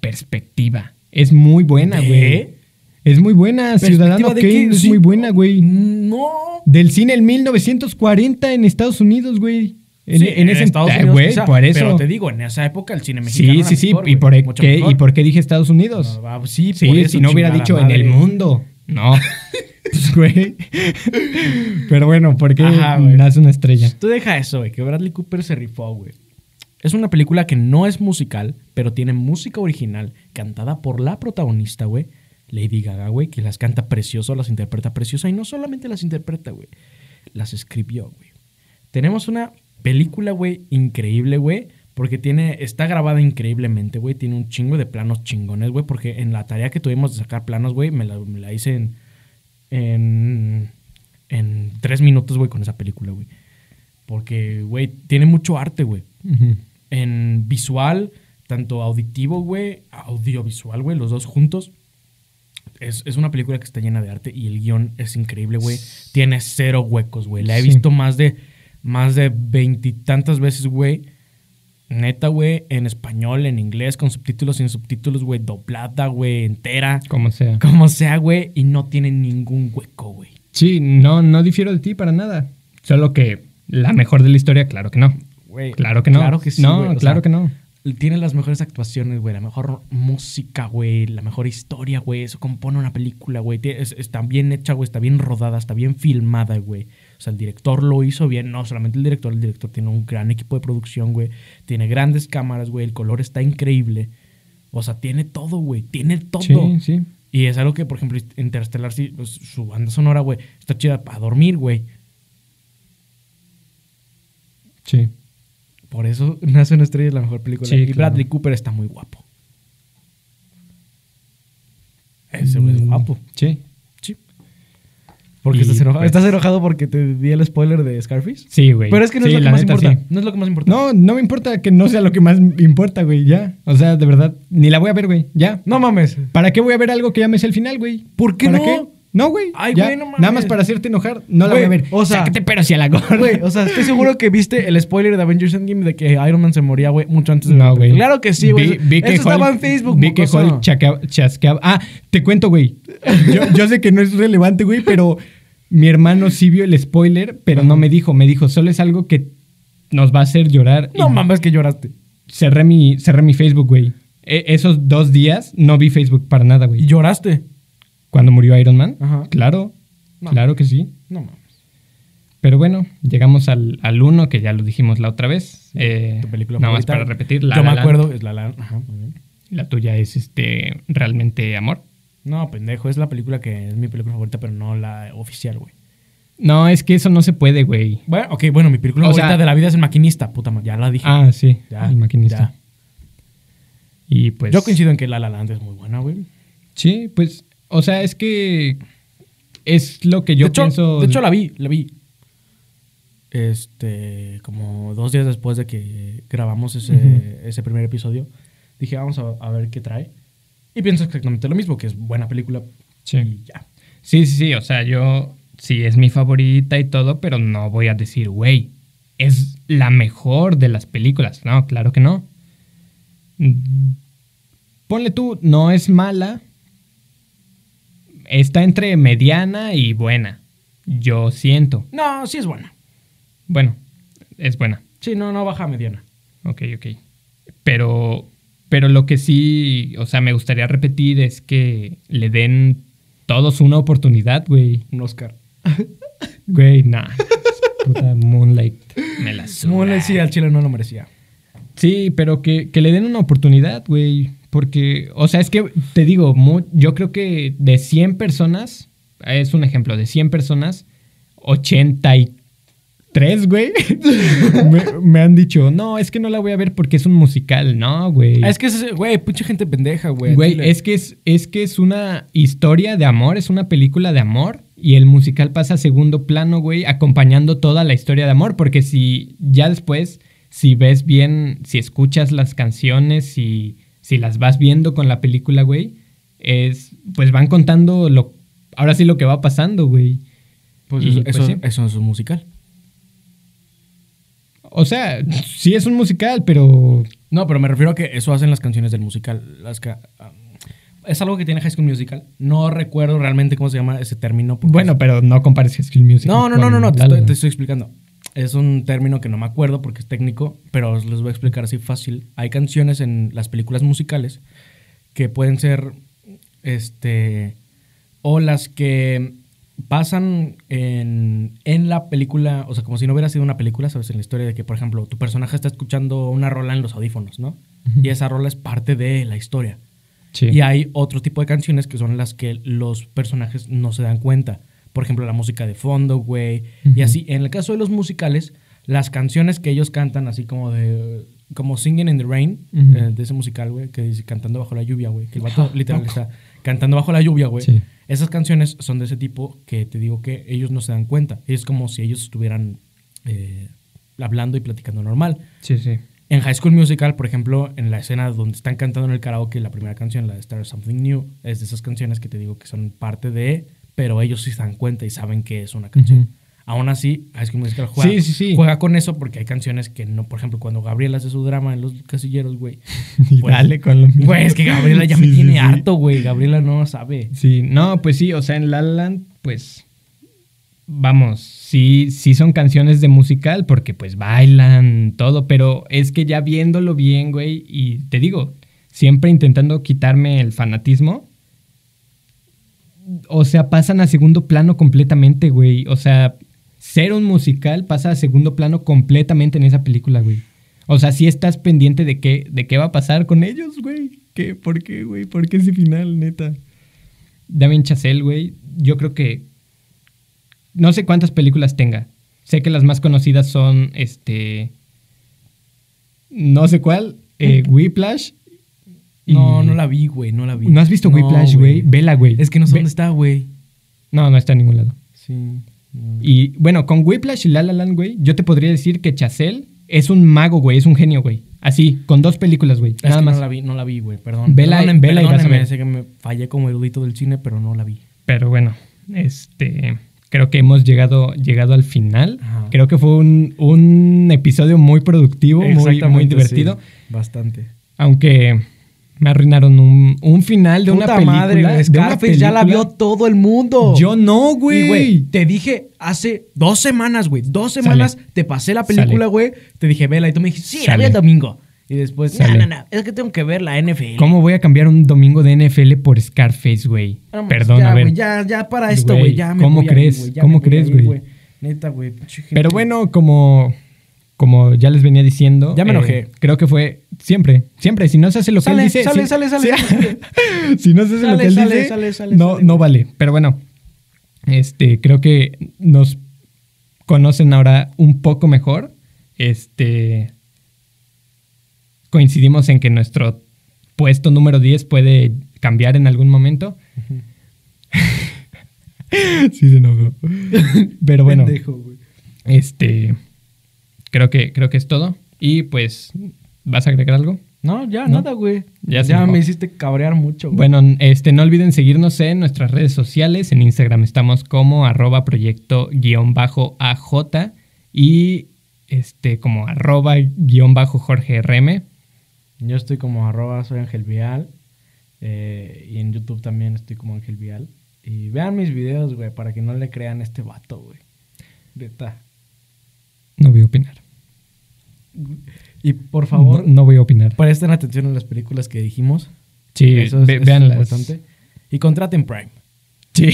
Speaker 2: perspectiva. Es muy buena,
Speaker 1: ¿De?
Speaker 2: güey. Es muy buena. Ciudadano
Speaker 1: ¿Perspectiva de qué?
Speaker 2: Kane es
Speaker 1: Sí.
Speaker 2: muy buena, güey.
Speaker 1: No.
Speaker 2: Del cine en 1940 en Estados Unidos, güey. En,
Speaker 1: Sí,
Speaker 2: en ese
Speaker 1: Estados
Speaker 2: ah,
Speaker 1: Unidos,
Speaker 2: güey,
Speaker 1: quizá,
Speaker 2: por eso.
Speaker 1: Pero te digo, en esa época el cine mexicano.
Speaker 2: sí,
Speaker 1: era
Speaker 2: sí, sí.
Speaker 1: mejor,
Speaker 2: ¿Y,
Speaker 1: güey,
Speaker 2: por e-
Speaker 1: mucho
Speaker 2: qué,
Speaker 1: mejor.
Speaker 2: ¿Y por qué dije Estados Unidos?
Speaker 1: No, va, sí,
Speaker 2: Sí,
Speaker 1: por eso,
Speaker 2: si no hubiera
Speaker 1: chingada
Speaker 2: dicho en
Speaker 1: madre.
Speaker 2: el mundo. No. Pues, güey. Pero bueno, ¿por qué
Speaker 1: Ajá, güey.
Speaker 2: nace una estrella?
Speaker 1: Tú deja eso, güey, que Bradley Cooper se rifó, güey. Es una película que no es musical, pero tiene música original cantada por la protagonista, güey. Lady Gaga, güey, que las canta precioso, las interpreta preciosa y no solamente las interpreta, güey. Las escribió, güey. Tenemos una película, güey, increíble, güey. Porque tiene, está grabada increíblemente, güey. Tiene un chingo de planos chingones, güey. Porque en la tarea que tuvimos de sacar planos, güey, me la, me la hice en, en, en tres minutos, güey, con esa película, güey. Porque, güey, tiene mucho arte, güey.
Speaker 2: Ujú.
Speaker 1: En visual, tanto auditivo, güey, audiovisual, güey, los dos juntos. Es, es una película que está llena de arte y el guión es increíble, güey. Tiene cero huecos, güey. La he
Speaker 2: Sí.
Speaker 1: visto más de más de veintitantas veces, güey. Neta, güey, en español, en inglés, con subtítulos, sin subtítulos, güey, doblada, güey, entera.
Speaker 2: Como sea.
Speaker 1: Como sea, güey, y no tiene ningún hueco, güey.
Speaker 2: Sí, no, no difiero de ti para nada. Solo que la mejor de la historia, claro que no.
Speaker 1: Güey,
Speaker 2: Claro que no.
Speaker 1: Claro que sí.
Speaker 2: No,
Speaker 1: güey, o
Speaker 2: claro que no.
Speaker 1: Tiene las mejores actuaciones, güey. La mejor música, güey. La mejor historia, güey. Eso compone una película, güey. Tiene- es- está bien hecha, güey. Está bien rodada. Está bien filmada, güey. O sea, el director lo hizo bien. No solamente el director. El director tiene un gran equipo de producción, güey. Tiene grandes cámaras, güey. El color está increíble. O sea, tiene todo, güey. Tiene todo.
Speaker 2: Sí, sí.
Speaker 1: Y es algo que, por ejemplo, Interstellar, sí, pues, su banda sonora, güey, está chida para dormir, güey.
Speaker 2: Sí.
Speaker 1: Por eso Nace una estrella es la mejor película.
Speaker 2: Sí,
Speaker 1: y
Speaker 2: claro.
Speaker 1: Bradley Cooper está muy guapo. Ese güey es
Speaker 2: Mm,
Speaker 1: guapo.
Speaker 2: Sí.
Speaker 1: Sí. Porque
Speaker 2: Y,
Speaker 1: estás enojado.
Speaker 2: pues,
Speaker 1: Estás enojado porque te di el spoiler de Scarface.
Speaker 2: Sí, güey.
Speaker 1: Pero es que no
Speaker 2: Sí,
Speaker 1: es lo que
Speaker 2: la
Speaker 1: más
Speaker 2: neta,
Speaker 1: importa.
Speaker 2: sí.
Speaker 1: No es lo que más importa.
Speaker 2: No, no me importa que no sea lo que más me importa, güey, ya. O sea, de verdad, ni la voy a ver, güey, ya.
Speaker 1: No mames.
Speaker 2: ¿Para qué voy a ver algo que ya me sé el final, güey?
Speaker 1: ¿Por qué
Speaker 2: ¿Para
Speaker 1: no?
Speaker 2: No, güey.
Speaker 1: Ay,
Speaker 2: ya.
Speaker 1: güey, no mames.
Speaker 2: Nada más para hacerte enojar, no la
Speaker 1: Güey,
Speaker 2: voy a ver.
Speaker 1: o sea-
Speaker 2: Sácate pero si a la gorra.
Speaker 1: Güey, o sea, estoy seguro que viste el spoiler de Avengers Endgame de que Iron Man se moría, güey, mucho antes de la
Speaker 2: No, güey.
Speaker 1: película. Claro que sí, güey.
Speaker 2: Vi- vi que
Speaker 1: Eso estaba
Speaker 2: Hulk-
Speaker 1: en Facebook,
Speaker 2: Vi que
Speaker 1: mocoso.
Speaker 2: Hulk chaca- chasqueaba. Ah, te cuento, güey. Yo, yo sé que no es relevante, güey, pero mi hermano sí vio el spoiler, pero no me dijo. Me dijo, solo es algo que nos va a hacer llorar.
Speaker 1: No
Speaker 2: Y
Speaker 1: mames que lloraste.
Speaker 2: Cerré mi, cerré mi Facebook, güey. E- esos dos días no vi Facebook para nada,
Speaker 1: Y
Speaker 2: güey.
Speaker 1: lloraste.
Speaker 2: Cuando murió Iron Man.
Speaker 1: Ajá.
Speaker 2: Claro,
Speaker 1: No.
Speaker 2: claro que sí.
Speaker 1: No mames.
Speaker 2: Pero bueno, llegamos al, al uno, que ya lo dijimos la otra vez. Eh,
Speaker 1: Tu película
Speaker 2: nada más
Speaker 1: favorita.
Speaker 2: para repetir. La
Speaker 1: Yo
Speaker 2: La
Speaker 1: me
Speaker 2: Land.
Speaker 1: acuerdo, es la la. Ajá, muy bien.
Speaker 2: La tuya es este realmente amor.
Speaker 1: No, pendejo, es la película que es mi película favorita, pero no la oficial, güey.
Speaker 2: No, es que eso no se puede, güey.
Speaker 1: Bueno, ok, bueno, mi película
Speaker 2: O
Speaker 1: favorita
Speaker 2: sea-
Speaker 1: de la vida es El Maquinista, puta madre, ya la dije.
Speaker 2: Ah, sí.
Speaker 1: Ya,
Speaker 2: el maquinista.
Speaker 1: ya.
Speaker 2: Y pues.
Speaker 1: Yo coincido en que La La Land es muy buena, güey.
Speaker 2: Sí, pues. O sea, es que. Es lo que yo
Speaker 1: de hecho,
Speaker 2: pienso.
Speaker 1: de hecho, la vi, la vi. Este, como dos días después de que grabamos ese,
Speaker 2: Ujú.
Speaker 1: ese primer episodio, dije, vamos a, a ver qué trae. Y pienso exactamente lo mismo, que es buena película.
Speaker 2: Sí.
Speaker 1: Y ya.
Speaker 2: sí, sí, sí. O sea, yo. Sí, es mi favorita y todo, pero no voy a decir, güey, es la mejor de las películas. No, claro que no. Mm, Ponle tú, no es mala. Está entre mediana y buena. Yo siento.
Speaker 1: No, sí es buena.
Speaker 2: Bueno, es buena.
Speaker 1: Sí, no, no baja a mediana.
Speaker 2: Ok, ok. Pero, pero lo que sí, o sea, me gustaría repetir es que le den todos una oportunidad, güey.
Speaker 1: Un Oscar.
Speaker 2: Güey, nah. Puta Moonlight. Me la suda.
Speaker 1: No le decía al chile, no lo merecía.
Speaker 2: Sí, pero que, que le den una oportunidad, güey. Porque, o sea, es que te digo, mu- yo creo que de 100 personas, es un ejemplo, de 100 personas, 83, güey, me, me han dicho, no, es que no la voy a ver porque es un musical. No, güey.
Speaker 1: Ah, Es que, ese- güey, pinche gente pendeja, güey. al
Speaker 2: Güey,
Speaker 1: chile.
Speaker 2: es que es, es que es una historia de amor, es una película de amor. Y el musical pasa a segundo plano, güey, acompañando toda la historia de amor. Porque si ya después, si ves bien, si escuchas las canciones, si, si las vas viendo con la película, güey, es. Pues van contando lo. Ahora sí lo que va pasando, güey.
Speaker 1: Pues
Speaker 2: y,
Speaker 1: eso,
Speaker 2: pues,
Speaker 1: eso-
Speaker 2: sí.
Speaker 1: eso es un musical.
Speaker 2: O sea, sí es un musical, pero.
Speaker 1: No, pero me refiero a que eso hacen las canciones del musical. Las ca- ah, es algo que tiene High School Musical. No recuerdo realmente cómo se llama ese término. porque-
Speaker 2: Bueno, pero no compares Skill Music.
Speaker 1: no, no, no, no, no, te estoy, te estoy explicando. Es un término que no me acuerdo porque es técnico, pero os les voy a explicar así fácil. Hay canciones en las películas musicales que pueden ser, este, o las que pasan en, en la película, o sea, como si no hubiera sido una película, ¿sabes? En la historia de que, por ejemplo, tu personaje está escuchando una rola en los audífonos, ¿no? Y esa rola es parte de la historia.
Speaker 2: Sí.
Speaker 1: Y hay otro tipo de canciones que son las que los personajes no se dan cuenta. Por ejemplo, la música de fondo, güey. Y
Speaker 2: Ujú.
Speaker 1: así, en el caso de los musicales, las canciones que ellos cantan, así como de... Como Singing in the Rain,
Speaker 2: Ujú.
Speaker 1: eh, de ese musical, güey, que dice Cantando bajo la lluvia, güey. Que el vato literal está cantando bajo la lluvia, güey.
Speaker 2: Sí.
Speaker 1: Esas canciones son de ese tipo que te digo que ellos no se dan cuenta. Es como si ellos estuvieran eh, hablando y platicando normal.
Speaker 2: Sí, sí.
Speaker 1: En High School Musical, por ejemplo, en la escena donde están cantando en el karaoke la primera canción, la de Start Something New, es de esas canciones que te digo que son parte de, pero ellos sí se dan cuenta y saben que es una canción.
Speaker 2: Ujú.
Speaker 1: Aún así, High School Musical juega,
Speaker 2: Sí, sí, sí.
Speaker 1: juega con eso porque hay canciones que no, por ejemplo, cuando Gabriela hace su drama en Los Casilleros, güey.
Speaker 2: Y
Speaker 1: pues-
Speaker 2: dale con lo mismo.
Speaker 1: Güey, es que Gabriela ya me
Speaker 2: Sí, sí,
Speaker 1: tiene
Speaker 2: sí.
Speaker 1: harto, güey. Gabriela no sabe.
Speaker 2: Sí, no, pues sí, o sea, en La La Land, pues, vamos, sí, sí son canciones de musical porque pues bailan, todo, pero es que ya viéndolo bien, güey, y te digo, siempre intentando quitarme el fanatismo, o sea, pasan a segundo plano completamente, güey, o sea, ser un musical pasa a segundo plano completamente en esa película, güey. O sea, sí estás pendiente de qué, de qué va a pasar con ellos, güey. ¿Qué? ¿Por qué, güey? ¿Por qué ese final, neta? Damien Chazelle, güey, yo creo que no sé cuántas películas tenga. Sé que las más conocidas son este no sé cuál, eh, Whiplash. y-
Speaker 1: No, no la vi, güey. No la vi.
Speaker 2: ¿No has visto Whiplash, güey? Vela, güey.
Speaker 1: Es que no sé
Speaker 2: Ve-
Speaker 1: dónde está, güey.
Speaker 2: No, no está en ningún lado.
Speaker 1: Sí. no.
Speaker 2: Y bueno, con Whiplash y La La Land, güey, yo te podría decir que Chazelle es un mago, güey, es un genio, güey. Así, con dos películas, güey.
Speaker 1: Es
Speaker 2: Nada
Speaker 1: que
Speaker 2: más.
Speaker 1: no la vi, no la vi, güey, perdón.
Speaker 2: Vela-
Speaker 1: Perdonen-
Speaker 2: vela y vas a
Speaker 1: perdónenme,
Speaker 2: ver.
Speaker 1: sé que me fallé como erudito del cine, pero no la vi.
Speaker 2: Pero bueno, este creo que hemos llegado, llegado al final.
Speaker 1: Ajá.
Speaker 2: Creo que fue un, un episodio muy productivo, muy, muy
Speaker 1: Exactamente,
Speaker 2: divertido.
Speaker 1: sí, bastante.
Speaker 2: Aunque me arruinaron un, un final de una
Speaker 1: Puta
Speaker 2: película.
Speaker 1: madre, güey,
Speaker 2: de una
Speaker 1: Scarface ya la vio
Speaker 2: película.
Speaker 1: todo el mundo.
Speaker 2: Yo no,
Speaker 1: Y,
Speaker 2: güey.
Speaker 1: Te dije hace dos semanas, güey. Dos semanas te pasé la película,
Speaker 2: Sale.
Speaker 1: güey. Te dije, vela. Y tú me dijiste, sí, la
Speaker 2: Sale.
Speaker 1: vi el domingo. Y después, no,
Speaker 2: Sale.
Speaker 1: no, no. Es que tengo que ver la NFL.
Speaker 2: ¿Cómo voy a cambiar un domingo de NFL por Scarface, güey?
Speaker 1: Vamos,
Speaker 2: Perdón,
Speaker 1: ya,
Speaker 2: a ver.
Speaker 1: güey, ya, ya para esto, güey.
Speaker 2: Güey,
Speaker 1: Ya me
Speaker 2: ¿cómo
Speaker 1: voy a ir,
Speaker 2: crees?
Speaker 1: güey, ya me
Speaker 2: ¿Cómo
Speaker 1: voy a
Speaker 2: crees,
Speaker 1: ir,
Speaker 2: güey?
Speaker 1: Neta, güey. pinche gente.
Speaker 2: Pero bueno, como, como ya les venía diciendo. eh,
Speaker 1: Ya me enojé.
Speaker 2: Creo que fue siempre, siempre. Si no se hace lo
Speaker 1: Sale,
Speaker 2: que pues él dice.
Speaker 1: sale,
Speaker 2: si-
Speaker 1: sale, sale,
Speaker 2: si-
Speaker 1: sale.
Speaker 2: si no se hace lo
Speaker 1: Sale,
Speaker 2: que él
Speaker 1: sale,
Speaker 2: dice,
Speaker 1: sale, sale,
Speaker 2: no,
Speaker 1: sale.
Speaker 2: no vale. Pero bueno, este, creo que nos conocen ahora un poco mejor. Este, coincidimos en que nuestro puesto número 10 puede cambiar en algún momento. sí, se enojó. Pero bueno.
Speaker 1: Pendejo, güey.
Speaker 2: Este, creo que, creo que es todo. Y pues, ¿vas a agregar algo?
Speaker 1: No, ya,
Speaker 2: No.
Speaker 1: nada, güey.
Speaker 2: Ya
Speaker 1: Ya,
Speaker 2: se enojó.
Speaker 1: me hiciste cabrear mucho, güey.
Speaker 2: Bueno, este, no olviden seguirnos en nuestras redes sociales. En Instagram estamos como arroba proyecto guión bajo AJ y este, como arroba guión bajo Jorge RM.
Speaker 1: Yo estoy como arroba soy Ángel Vial. eh, y en YouTube también estoy como Ángel Vial. Y vean mis videos, güey, para que no le crean a este vato, güey. Neta.
Speaker 2: No voy a opinar.
Speaker 1: Y por favor,
Speaker 2: No, no voy a opinar.
Speaker 1: presten atención a las películas que dijimos.
Speaker 2: Sí,
Speaker 1: Eso es,
Speaker 2: ve-
Speaker 1: eso es
Speaker 2: véanlas.
Speaker 1: importante. Y contraten Prime.
Speaker 2: Sí,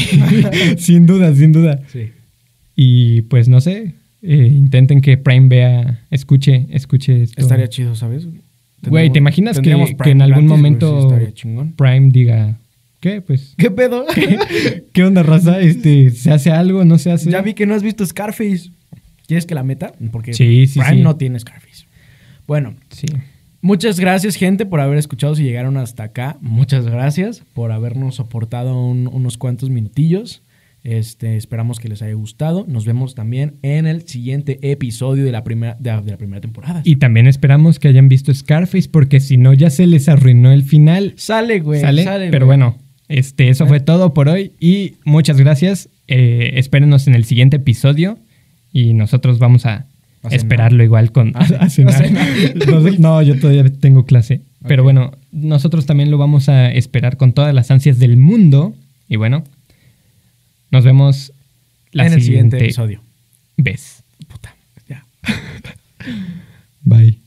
Speaker 2: sin duda, sin duda.
Speaker 1: Sí.
Speaker 2: Y pues no sé, eh, intenten que Prime vea, escuche, escuche esto.
Speaker 1: Estaría chido, ¿sabes?
Speaker 2: Güey, ¿te
Speaker 1: Tendríamos-
Speaker 2: imaginas que,
Speaker 1: tendríamos
Speaker 2: que
Speaker 1: Prime
Speaker 2: en algún
Speaker 1: gratis, güey, sí,
Speaker 2: momento
Speaker 1: estaría chingón.
Speaker 2: Prime diga, ¿qué? Pues,
Speaker 1: ¿Qué pedo?
Speaker 2: ¿qué onda, raza? Este, ¿Se hace algo? ¿No se hace?
Speaker 1: Ya vi que no has visto Scarface. ¿Quieres que la meta? Porque
Speaker 2: Sí, sí,
Speaker 1: Prime
Speaker 2: sí.
Speaker 1: no tiene Scarface. Bueno,
Speaker 2: Sí.
Speaker 1: Muchas gracias, gente, por haber escuchado si llegaron hasta acá. Muchas gracias por habernos soportado un- unos cuantos minutillos. Este, esperamos que les haya gustado. Nos vemos también en el siguiente episodio de la primera, de la, de la primera temporada.
Speaker 2: Y también esperamos que hayan visto Scarface, porque si no, ya se les arruinó el final.
Speaker 1: sale, güey.
Speaker 2: ¿Sale?
Speaker 1: sale,
Speaker 2: Pero
Speaker 1: güey.
Speaker 2: bueno, este, eso fue todo por hoy y muchas gracias. Eh, espérenos en el siguiente episodio y nosotros vamos a,
Speaker 1: A cenar.
Speaker 2: esperarlo igual con...
Speaker 1: A ce-
Speaker 2: a cenar.
Speaker 1: a cenar.
Speaker 2: Nos- no, yo todavía tengo clase. Pero
Speaker 1: Ok.
Speaker 2: bueno, nosotros también lo vamos a esperar con todas las ansias del mundo. Y bueno, nos vemos la
Speaker 1: en el siguiente
Speaker 2: siguiente
Speaker 1: episodio.
Speaker 2: vez.
Speaker 1: Puta, ya.
Speaker 2: Bye.